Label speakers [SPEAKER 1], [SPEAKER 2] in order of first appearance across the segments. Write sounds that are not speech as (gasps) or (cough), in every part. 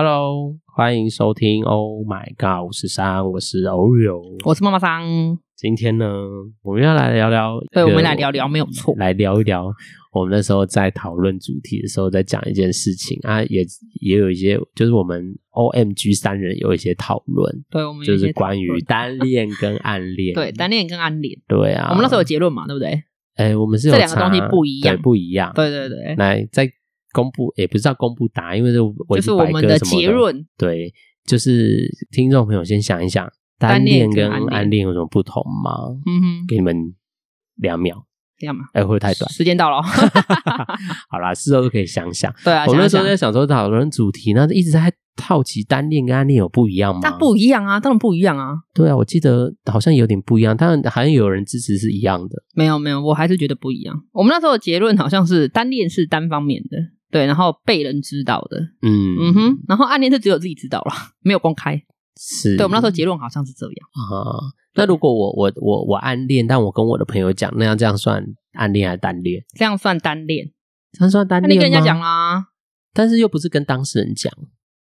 [SPEAKER 1] Hello，欢迎收听 Oh My God 五十三，我是欧友。
[SPEAKER 2] 我是妈妈桑，
[SPEAKER 1] 今天呢，我们要来聊聊，
[SPEAKER 2] 对，我们来聊，聊没有错。
[SPEAKER 1] 来聊一聊。我们那时候在讨论主题的时候，在讲一件事情啊，也也有一些，就是我们 OMG 三人有一些讨论，
[SPEAKER 2] 对，我们有
[SPEAKER 1] 就
[SPEAKER 2] 一些
[SPEAKER 1] 是关于单恋跟暗恋。
[SPEAKER 2] 对单恋跟暗恋，
[SPEAKER 1] 对啊，
[SPEAKER 2] 我们那时候有结论嘛，对不对？
[SPEAKER 1] 哎，我们是有
[SPEAKER 2] 这两个
[SPEAKER 1] 查
[SPEAKER 2] 东西不一样
[SPEAKER 1] 对不一样。
[SPEAKER 2] 对对对，
[SPEAKER 1] 来再公布，也不是要公布答案，因为这维
[SPEAKER 2] 就
[SPEAKER 1] 基
[SPEAKER 2] 是我
[SPEAKER 1] 百
[SPEAKER 2] 们
[SPEAKER 1] 科什么
[SPEAKER 2] 结论。
[SPEAKER 1] 对，就是听众朋友先想一想，单
[SPEAKER 2] 单恋
[SPEAKER 1] 恋跟
[SPEAKER 2] 跟暗
[SPEAKER 1] 暗恋有什么不同吗？
[SPEAKER 2] 嗯哼，
[SPEAKER 1] 给你们两秒，
[SPEAKER 2] 这样嘛，
[SPEAKER 1] 哎、会不会太短？
[SPEAKER 2] 时
[SPEAKER 1] (laughs)
[SPEAKER 2] 间到了哦。
[SPEAKER 1] 好啦，事后都可以想想。
[SPEAKER 2] 对啊，
[SPEAKER 1] 我
[SPEAKER 2] 想
[SPEAKER 1] 那
[SPEAKER 2] 一
[SPEAKER 1] 时候
[SPEAKER 2] 想
[SPEAKER 1] 在想说讨论主题，那一直在好奇单恋跟暗恋有不一样吗？
[SPEAKER 2] 但不一样啊，当然不一样啊。
[SPEAKER 1] 对啊，我记得好像有点不一样，但好像有人支持是一样的。
[SPEAKER 2] 没有没有，我还是觉得不一样。我们那时候的结论好像是单恋是单方面的，对，然后被人知道的，
[SPEAKER 1] 嗯
[SPEAKER 2] 嗯哼，然后暗恋是只有自己知道了，没有公开。
[SPEAKER 1] 是。
[SPEAKER 2] 对我们那时候结论好像是这样，
[SPEAKER 1] 啊。那如果我我我我暗恋，但我跟我的朋友讲，那样这样算暗恋还是单恋？
[SPEAKER 2] 这样算单恋？
[SPEAKER 1] 这样算单
[SPEAKER 2] 那
[SPEAKER 1] 恋
[SPEAKER 2] 你
[SPEAKER 1] 吗？
[SPEAKER 2] 跟人家讲啦。
[SPEAKER 1] 但是又不是跟当事人讲，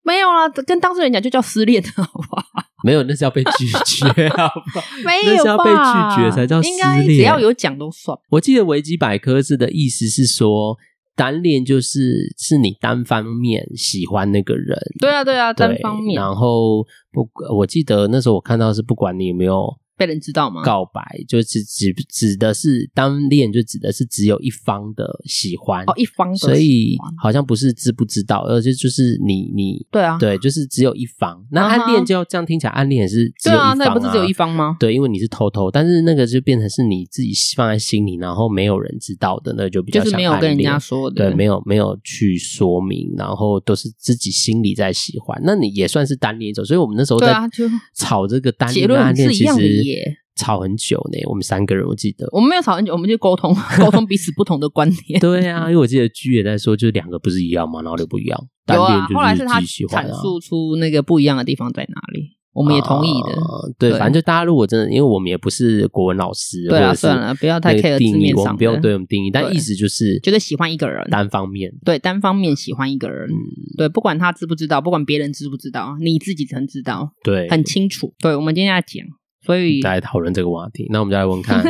[SPEAKER 2] 没有啊，跟当事人讲就叫失恋， (laughs) 好不好？
[SPEAKER 1] 没有，那是要被拒
[SPEAKER 2] (laughs)
[SPEAKER 1] 绝，好不好？
[SPEAKER 2] 没
[SPEAKER 1] 那
[SPEAKER 2] 有
[SPEAKER 1] 是要被
[SPEAKER 2] 吧
[SPEAKER 1] 拒绝才叫失
[SPEAKER 2] 应该
[SPEAKER 1] 恋
[SPEAKER 2] 只要有讲都算。
[SPEAKER 1] 我记得维基百科字的意思是说，单恋就是是你单方面喜欢那个人，
[SPEAKER 2] 对啊，对啊，
[SPEAKER 1] 对
[SPEAKER 2] 单方面
[SPEAKER 1] 然后不，我记得那时候我看到是不管你有没有
[SPEAKER 2] 被人知道吗？
[SPEAKER 1] 告白，就是指指的是单恋，就指的是只有一方的喜欢，
[SPEAKER 2] 哦，一方的
[SPEAKER 1] 所以
[SPEAKER 2] 喜欢
[SPEAKER 1] 好像不是知不知道，而是就是你你。
[SPEAKER 2] 对啊，
[SPEAKER 1] 对，就是只有一方。那
[SPEAKER 2] 啊哈
[SPEAKER 1] 暗恋就这样听起来，暗恋也是只
[SPEAKER 2] 对
[SPEAKER 1] 有一方
[SPEAKER 2] 啊，那也不是只有一方吗？
[SPEAKER 1] 对，因为你是偷偷，但是那个就变成是你自己放在心里，然后没有人知道的，那就比较
[SPEAKER 2] 就是
[SPEAKER 1] 像
[SPEAKER 2] 没有
[SPEAKER 1] 暗
[SPEAKER 2] 跟人
[SPEAKER 1] 恋
[SPEAKER 2] 家说的，
[SPEAKER 1] 对，没有没有去说明，然后都是自己心里在喜欢，那你也算是单恋一种。所以我们那时候
[SPEAKER 2] 对
[SPEAKER 1] 在
[SPEAKER 2] 啊就
[SPEAKER 1] (laughs) 吵这个单恋
[SPEAKER 2] 结
[SPEAKER 1] 跟
[SPEAKER 2] 论
[SPEAKER 1] 暗恋，
[SPEAKER 2] 是一
[SPEAKER 1] 其
[SPEAKER 2] 样的
[SPEAKER 1] 实
[SPEAKER 2] 耶
[SPEAKER 1] 吵很久呢。我们三个人我记得， (laughs)
[SPEAKER 2] 我们没有吵很久，我们就沟通， (laughs) 沟通彼此不同的观点。
[SPEAKER 1] 对啊，因为我记得居也在说，就是两个不是一样嘛，然后就不一样。 (laughs) 单
[SPEAKER 2] 有
[SPEAKER 1] 恋
[SPEAKER 2] 啊，后来
[SPEAKER 1] 就是
[SPEAKER 2] 他
[SPEAKER 1] 自己喜欢
[SPEAKER 2] 阐
[SPEAKER 1] 啊。
[SPEAKER 2] 述出那个不一样的地方在哪里，我
[SPEAKER 1] 我
[SPEAKER 2] 们也同意的。
[SPEAKER 1] 啊对，
[SPEAKER 2] 对
[SPEAKER 1] 反正就大家如果真的，因为我们也不是国文老师，
[SPEAKER 2] 对
[SPEAKER 1] 或
[SPEAKER 2] 啊，
[SPEAKER 1] 者是
[SPEAKER 2] 算了，不要太
[SPEAKER 1] 那个
[SPEAKER 2] care 字
[SPEAKER 1] 定义，
[SPEAKER 2] 面
[SPEAKER 1] 我
[SPEAKER 2] 上
[SPEAKER 1] 们不用
[SPEAKER 2] 的，
[SPEAKER 1] 对我们定义，但
[SPEAKER 2] 对
[SPEAKER 1] 意思就是
[SPEAKER 2] 就是喜欢一个人
[SPEAKER 1] 单方面。
[SPEAKER 2] 对单方面喜欢一个人，
[SPEAKER 1] 嗯，
[SPEAKER 2] 对，不管他知不知道，不管别人知不知道，你自己能知道，
[SPEAKER 1] 对，
[SPEAKER 2] 很清楚。对，我们今天要讲，所以
[SPEAKER 1] 大家讨论这个话题，那我们就来问
[SPEAKER 2] (laughs)
[SPEAKER 1] 看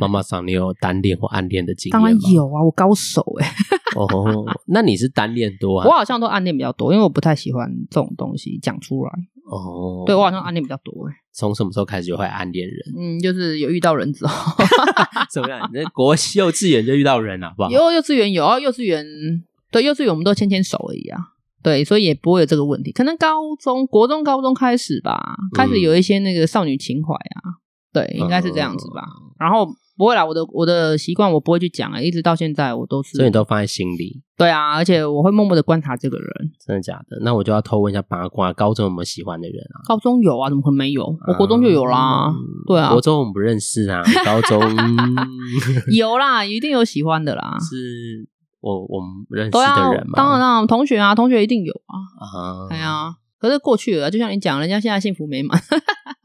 [SPEAKER 1] 妈妈桑，你有单恋或暗恋的经验
[SPEAKER 2] 当
[SPEAKER 1] 吗？
[SPEAKER 2] 然有啊，我高手哎、
[SPEAKER 1] 哦，那你是单恋多
[SPEAKER 2] 我
[SPEAKER 1] 啊？
[SPEAKER 2] 好像都暗恋比较多，因为我不太喜欢这种东西讲出来。
[SPEAKER 1] 哦，
[SPEAKER 2] 对我好像暗恋比较多哎、
[SPEAKER 1] 从什么时候开始就会暗恋
[SPEAKER 2] (laughs)
[SPEAKER 1] 人？
[SPEAKER 2] 嗯，就是有遇到人之后，
[SPEAKER 1] 怎么样？你在国幼稚园就遇到人了，好不好？
[SPEAKER 2] 有幼稚园有啊，幼稚园对幼稚园我们都牵牵手而已啊。对，所以也不会有这个问题。可能高中、国中、高中开始吧，开始有一些那个少女情怀啊。对，应该是这样子吧。
[SPEAKER 1] 嗯
[SPEAKER 2] 然后不会啦，我的我的习惯我不会去讲啊、一直到现在我都是
[SPEAKER 1] 所以你都放在心里，
[SPEAKER 2] 对啊，而且我会默默的观察这个人。
[SPEAKER 1] 真的假的？那我就要偷问一下八卦，高中有没有喜欢的人啊？
[SPEAKER 2] 高中有啊，怎么可能没有？我国中就有啦，
[SPEAKER 1] 嗯
[SPEAKER 2] 对啊
[SPEAKER 1] 国中我们不认识啊，高
[SPEAKER 2] (laughs)
[SPEAKER 1] 中 (laughs) 嗯
[SPEAKER 2] 有啦，一定有喜欢的啦。
[SPEAKER 1] (laughs) 是我我们认识
[SPEAKER 2] 对啊
[SPEAKER 1] 的人，嘛？
[SPEAKER 2] 当然啦，同学啊，同学一定有啊。
[SPEAKER 1] 啊，
[SPEAKER 2] 哎呀、，可是过去了，就像你讲，人家现在幸福美满，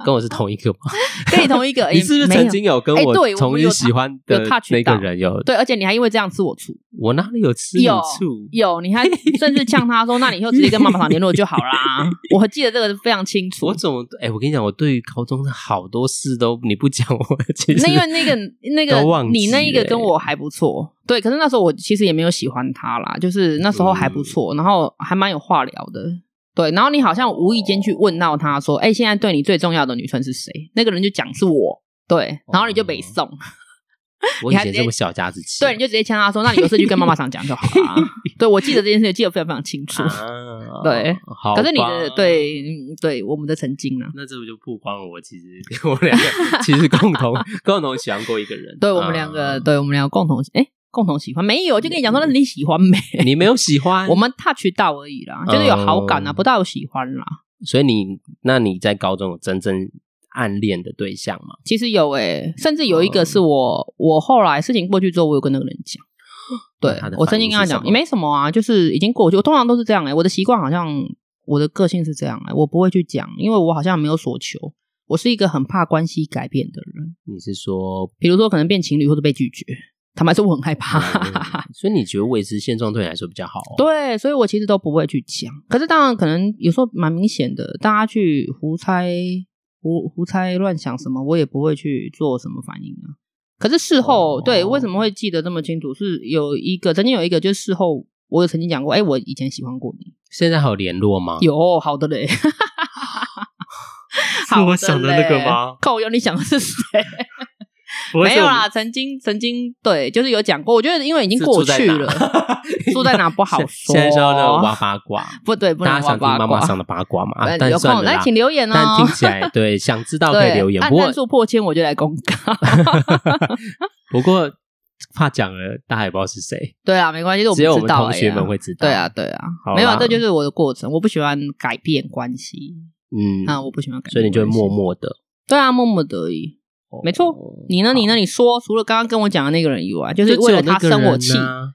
[SPEAKER 1] 跟我是同一个吗？ (laughs)
[SPEAKER 2] 跟你同一个，哎
[SPEAKER 1] 你是不是
[SPEAKER 2] 没有
[SPEAKER 1] 曾经有跟
[SPEAKER 2] 哎
[SPEAKER 1] 我
[SPEAKER 2] 对我
[SPEAKER 1] 同
[SPEAKER 2] 们
[SPEAKER 1] 一
[SPEAKER 2] 有
[SPEAKER 1] 喜欢
[SPEAKER 2] 有
[SPEAKER 1] 的
[SPEAKER 2] touch
[SPEAKER 1] 那个
[SPEAKER 2] 到
[SPEAKER 1] 人有？
[SPEAKER 2] 对？而且你还因为这样吃我醋，
[SPEAKER 1] 我哪里有吃你
[SPEAKER 2] 有
[SPEAKER 1] 醋？
[SPEAKER 2] 有，你还甚至
[SPEAKER 1] (laughs)
[SPEAKER 2] 呛他说：“那你以后直接跟妈妈厂联络就好啦。”我记得这个非常清楚
[SPEAKER 1] 我。怎么？哎、我跟你讲，我对于高中的好多事都 (laughs) 你不讲，我其实
[SPEAKER 2] 那因为那个那
[SPEAKER 1] 都忘
[SPEAKER 2] 个
[SPEAKER 1] 记
[SPEAKER 2] 你那一个
[SPEAKER 1] 了欸
[SPEAKER 2] 跟我还不错，对，可是那时候我其实也没有喜欢他啦，就是那时候还
[SPEAKER 1] 嗯
[SPEAKER 2] 不错，然后还蛮有话聊的，对，然后你好像无意间去问到他说，哎、现在对你最重要的女生是谁？那个人就讲是我，对，
[SPEAKER 1] 哦
[SPEAKER 2] 然后你就北宋，
[SPEAKER 1] (laughs) 我以
[SPEAKER 2] 你还
[SPEAKER 1] 前
[SPEAKER 2] 直
[SPEAKER 1] 这
[SPEAKER 2] 接
[SPEAKER 1] 么小家子气，
[SPEAKER 2] 对，你就直接呛他说，那你有事去跟妈妈上讲就好
[SPEAKER 1] (laughs)
[SPEAKER 2] 啦。对我记得这件事情，记得非常非常清楚。
[SPEAKER 1] 啊
[SPEAKER 2] 对，
[SPEAKER 1] 好吧
[SPEAKER 2] 可是你的。对嗯对我们的曾经呢、啊
[SPEAKER 1] 那这不就曝光了？我其实 (laughs) 我们两个其实共同 (laughs) 共同喜欢过一个人，
[SPEAKER 2] 对我们两个，
[SPEAKER 1] 啊 (laughs) 嗯
[SPEAKER 2] 对我们两个共同哎、共同喜欢没有？就跟你讲说，那是你喜欢没？
[SPEAKER 1] 你没有喜欢
[SPEAKER 2] (laughs) 我，们 touch 到而已啦，就是有好感啊，
[SPEAKER 1] 嗯
[SPEAKER 2] 不到有喜欢啦。
[SPEAKER 1] 所以你那你在高中有真正暗恋的对象吗？
[SPEAKER 2] 其实有诶、甚至有一
[SPEAKER 1] 哦
[SPEAKER 2] 个是我，我后来事情过去之后，我有跟那个人
[SPEAKER 1] (gasps)
[SPEAKER 2] 讲。对
[SPEAKER 1] 他的反应
[SPEAKER 2] 我曾经跟他
[SPEAKER 1] 是什
[SPEAKER 2] 讲，
[SPEAKER 1] 么
[SPEAKER 2] 也没什么啊，就是已经过去。我通常都是这样诶、欸我的习惯好像我的个性是这样诶、我不会去讲，因为我好像没有所求。我是一个很怕关系改变的人，
[SPEAKER 1] 你是说
[SPEAKER 2] (laughs) 比如说可能变情侣或者被拒绝，坦白说，我很害怕。
[SPEAKER 3] 哦
[SPEAKER 1] 嗯所以你觉得维持现状对你来说比较好、哦？
[SPEAKER 2] (laughs) 对，所以我其实都不会去讲。可是当然，可能有时候蛮明显的，大家去胡猜、胡胡猜乱想什么，我也不会去做什么反应啊。可是事后，
[SPEAKER 1] 哦
[SPEAKER 2] 对为什么会记得这么清楚？是有一个曾经有一个，就是事后我有曾经讲过，哎，我以前喜欢过你，
[SPEAKER 1] 现在还有联络
[SPEAKER 3] 嗯
[SPEAKER 1] 吗？
[SPEAKER 2] 有好的
[SPEAKER 3] (laughs)
[SPEAKER 2] 嘞。
[SPEAKER 3] 是我想的那个吗？
[SPEAKER 2] 靠腰，你想的是谁？
[SPEAKER 3] 不会
[SPEAKER 2] 没
[SPEAKER 3] 是
[SPEAKER 2] 有
[SPEAKER 3] 我
[SPEAKER 2] 啦，曾经曾经对，就是有讲过。我觉得因为已经过去了，住在哪
[SPEAKER 3] (laughs)
[SPEAKER 2] 不好说。
[SPEAKER 1] 现在是要那种挖八卦，
[SPEAKER 2] 不对，不能
[SPEAKER 1] 大家
[SPEAKER 2] 挖
[SPEAKER 1] 想听
[SPEAKER 2] 八
[SPEAKER 1] 妈
[SPEAKER 2] 卦。
[SPEAKER 1] 妈上的八卦嘛？啊
[SPEAKER 2] 呃，
[SPEAKER 1] 但
[SPEAKER 2] 有
[SPEAKER 1] 算了
[SPEAKER 2] 空
[SPEAKER 1] 啦
[SPEAKER 2] 来请留言哦。
[SPEAKER 1] 但听起来对，想知道可以
[SPEAKER 2] 对，啊
[SPEAKER 1] 留言。
[SPEAKER 2] 按
[SPEAKER 1] 不过
[SPEAKER 2] 赞数破千，我就来公告。 (laughs)
[SPEAKER 1] 不过怕讲了，大家也不知道是谁，
[SPEAKER 2] 对啊，没关系，这
[SPEAKER 1] 只有
[SPEAKER 2] 我
[SPEAKER 1] 我
[SPEAKER 2] 不知
[SPEAKER 1] 们
[SPEAKER 2] 道
[SPEAKER 1] 同
[SPEAKER 2] 而已
[SPEAKER 1] 学
[SPEAKER 2] 啊。
[SPEAKER 1] 们会知道。
[SPEAKER 2] 对啊，，对啊
[SPEAKER 1] 好，啦
[SPEAKER 2] 没有，这就是我的过程。我不喜欢改变关系，
[SPEAKER 1] 嗯，
[SPEAKER 2] 啊，我不喜欢改变。
[SPEAKER 1] 所以你就会默。默的，
[SPEAKER 2] 对啊，默默得意。
[SPEAKER 1] 哦
[SPEAKER 2] 没错你呢？你呢？你说，除了刚刚跟我讲的那个人以外，就
[SPEAKER 1] 就是只
[SPEAKER 2] 为
[SPEAKER 1] 有
[SPEAKER 2] 了他
[SPEAKER 1] 那个
[SPEAKER 2] 生我
[SPEAKER 1] 人
[SPEAKER 2] 气。
[SPEAKER 1] 啊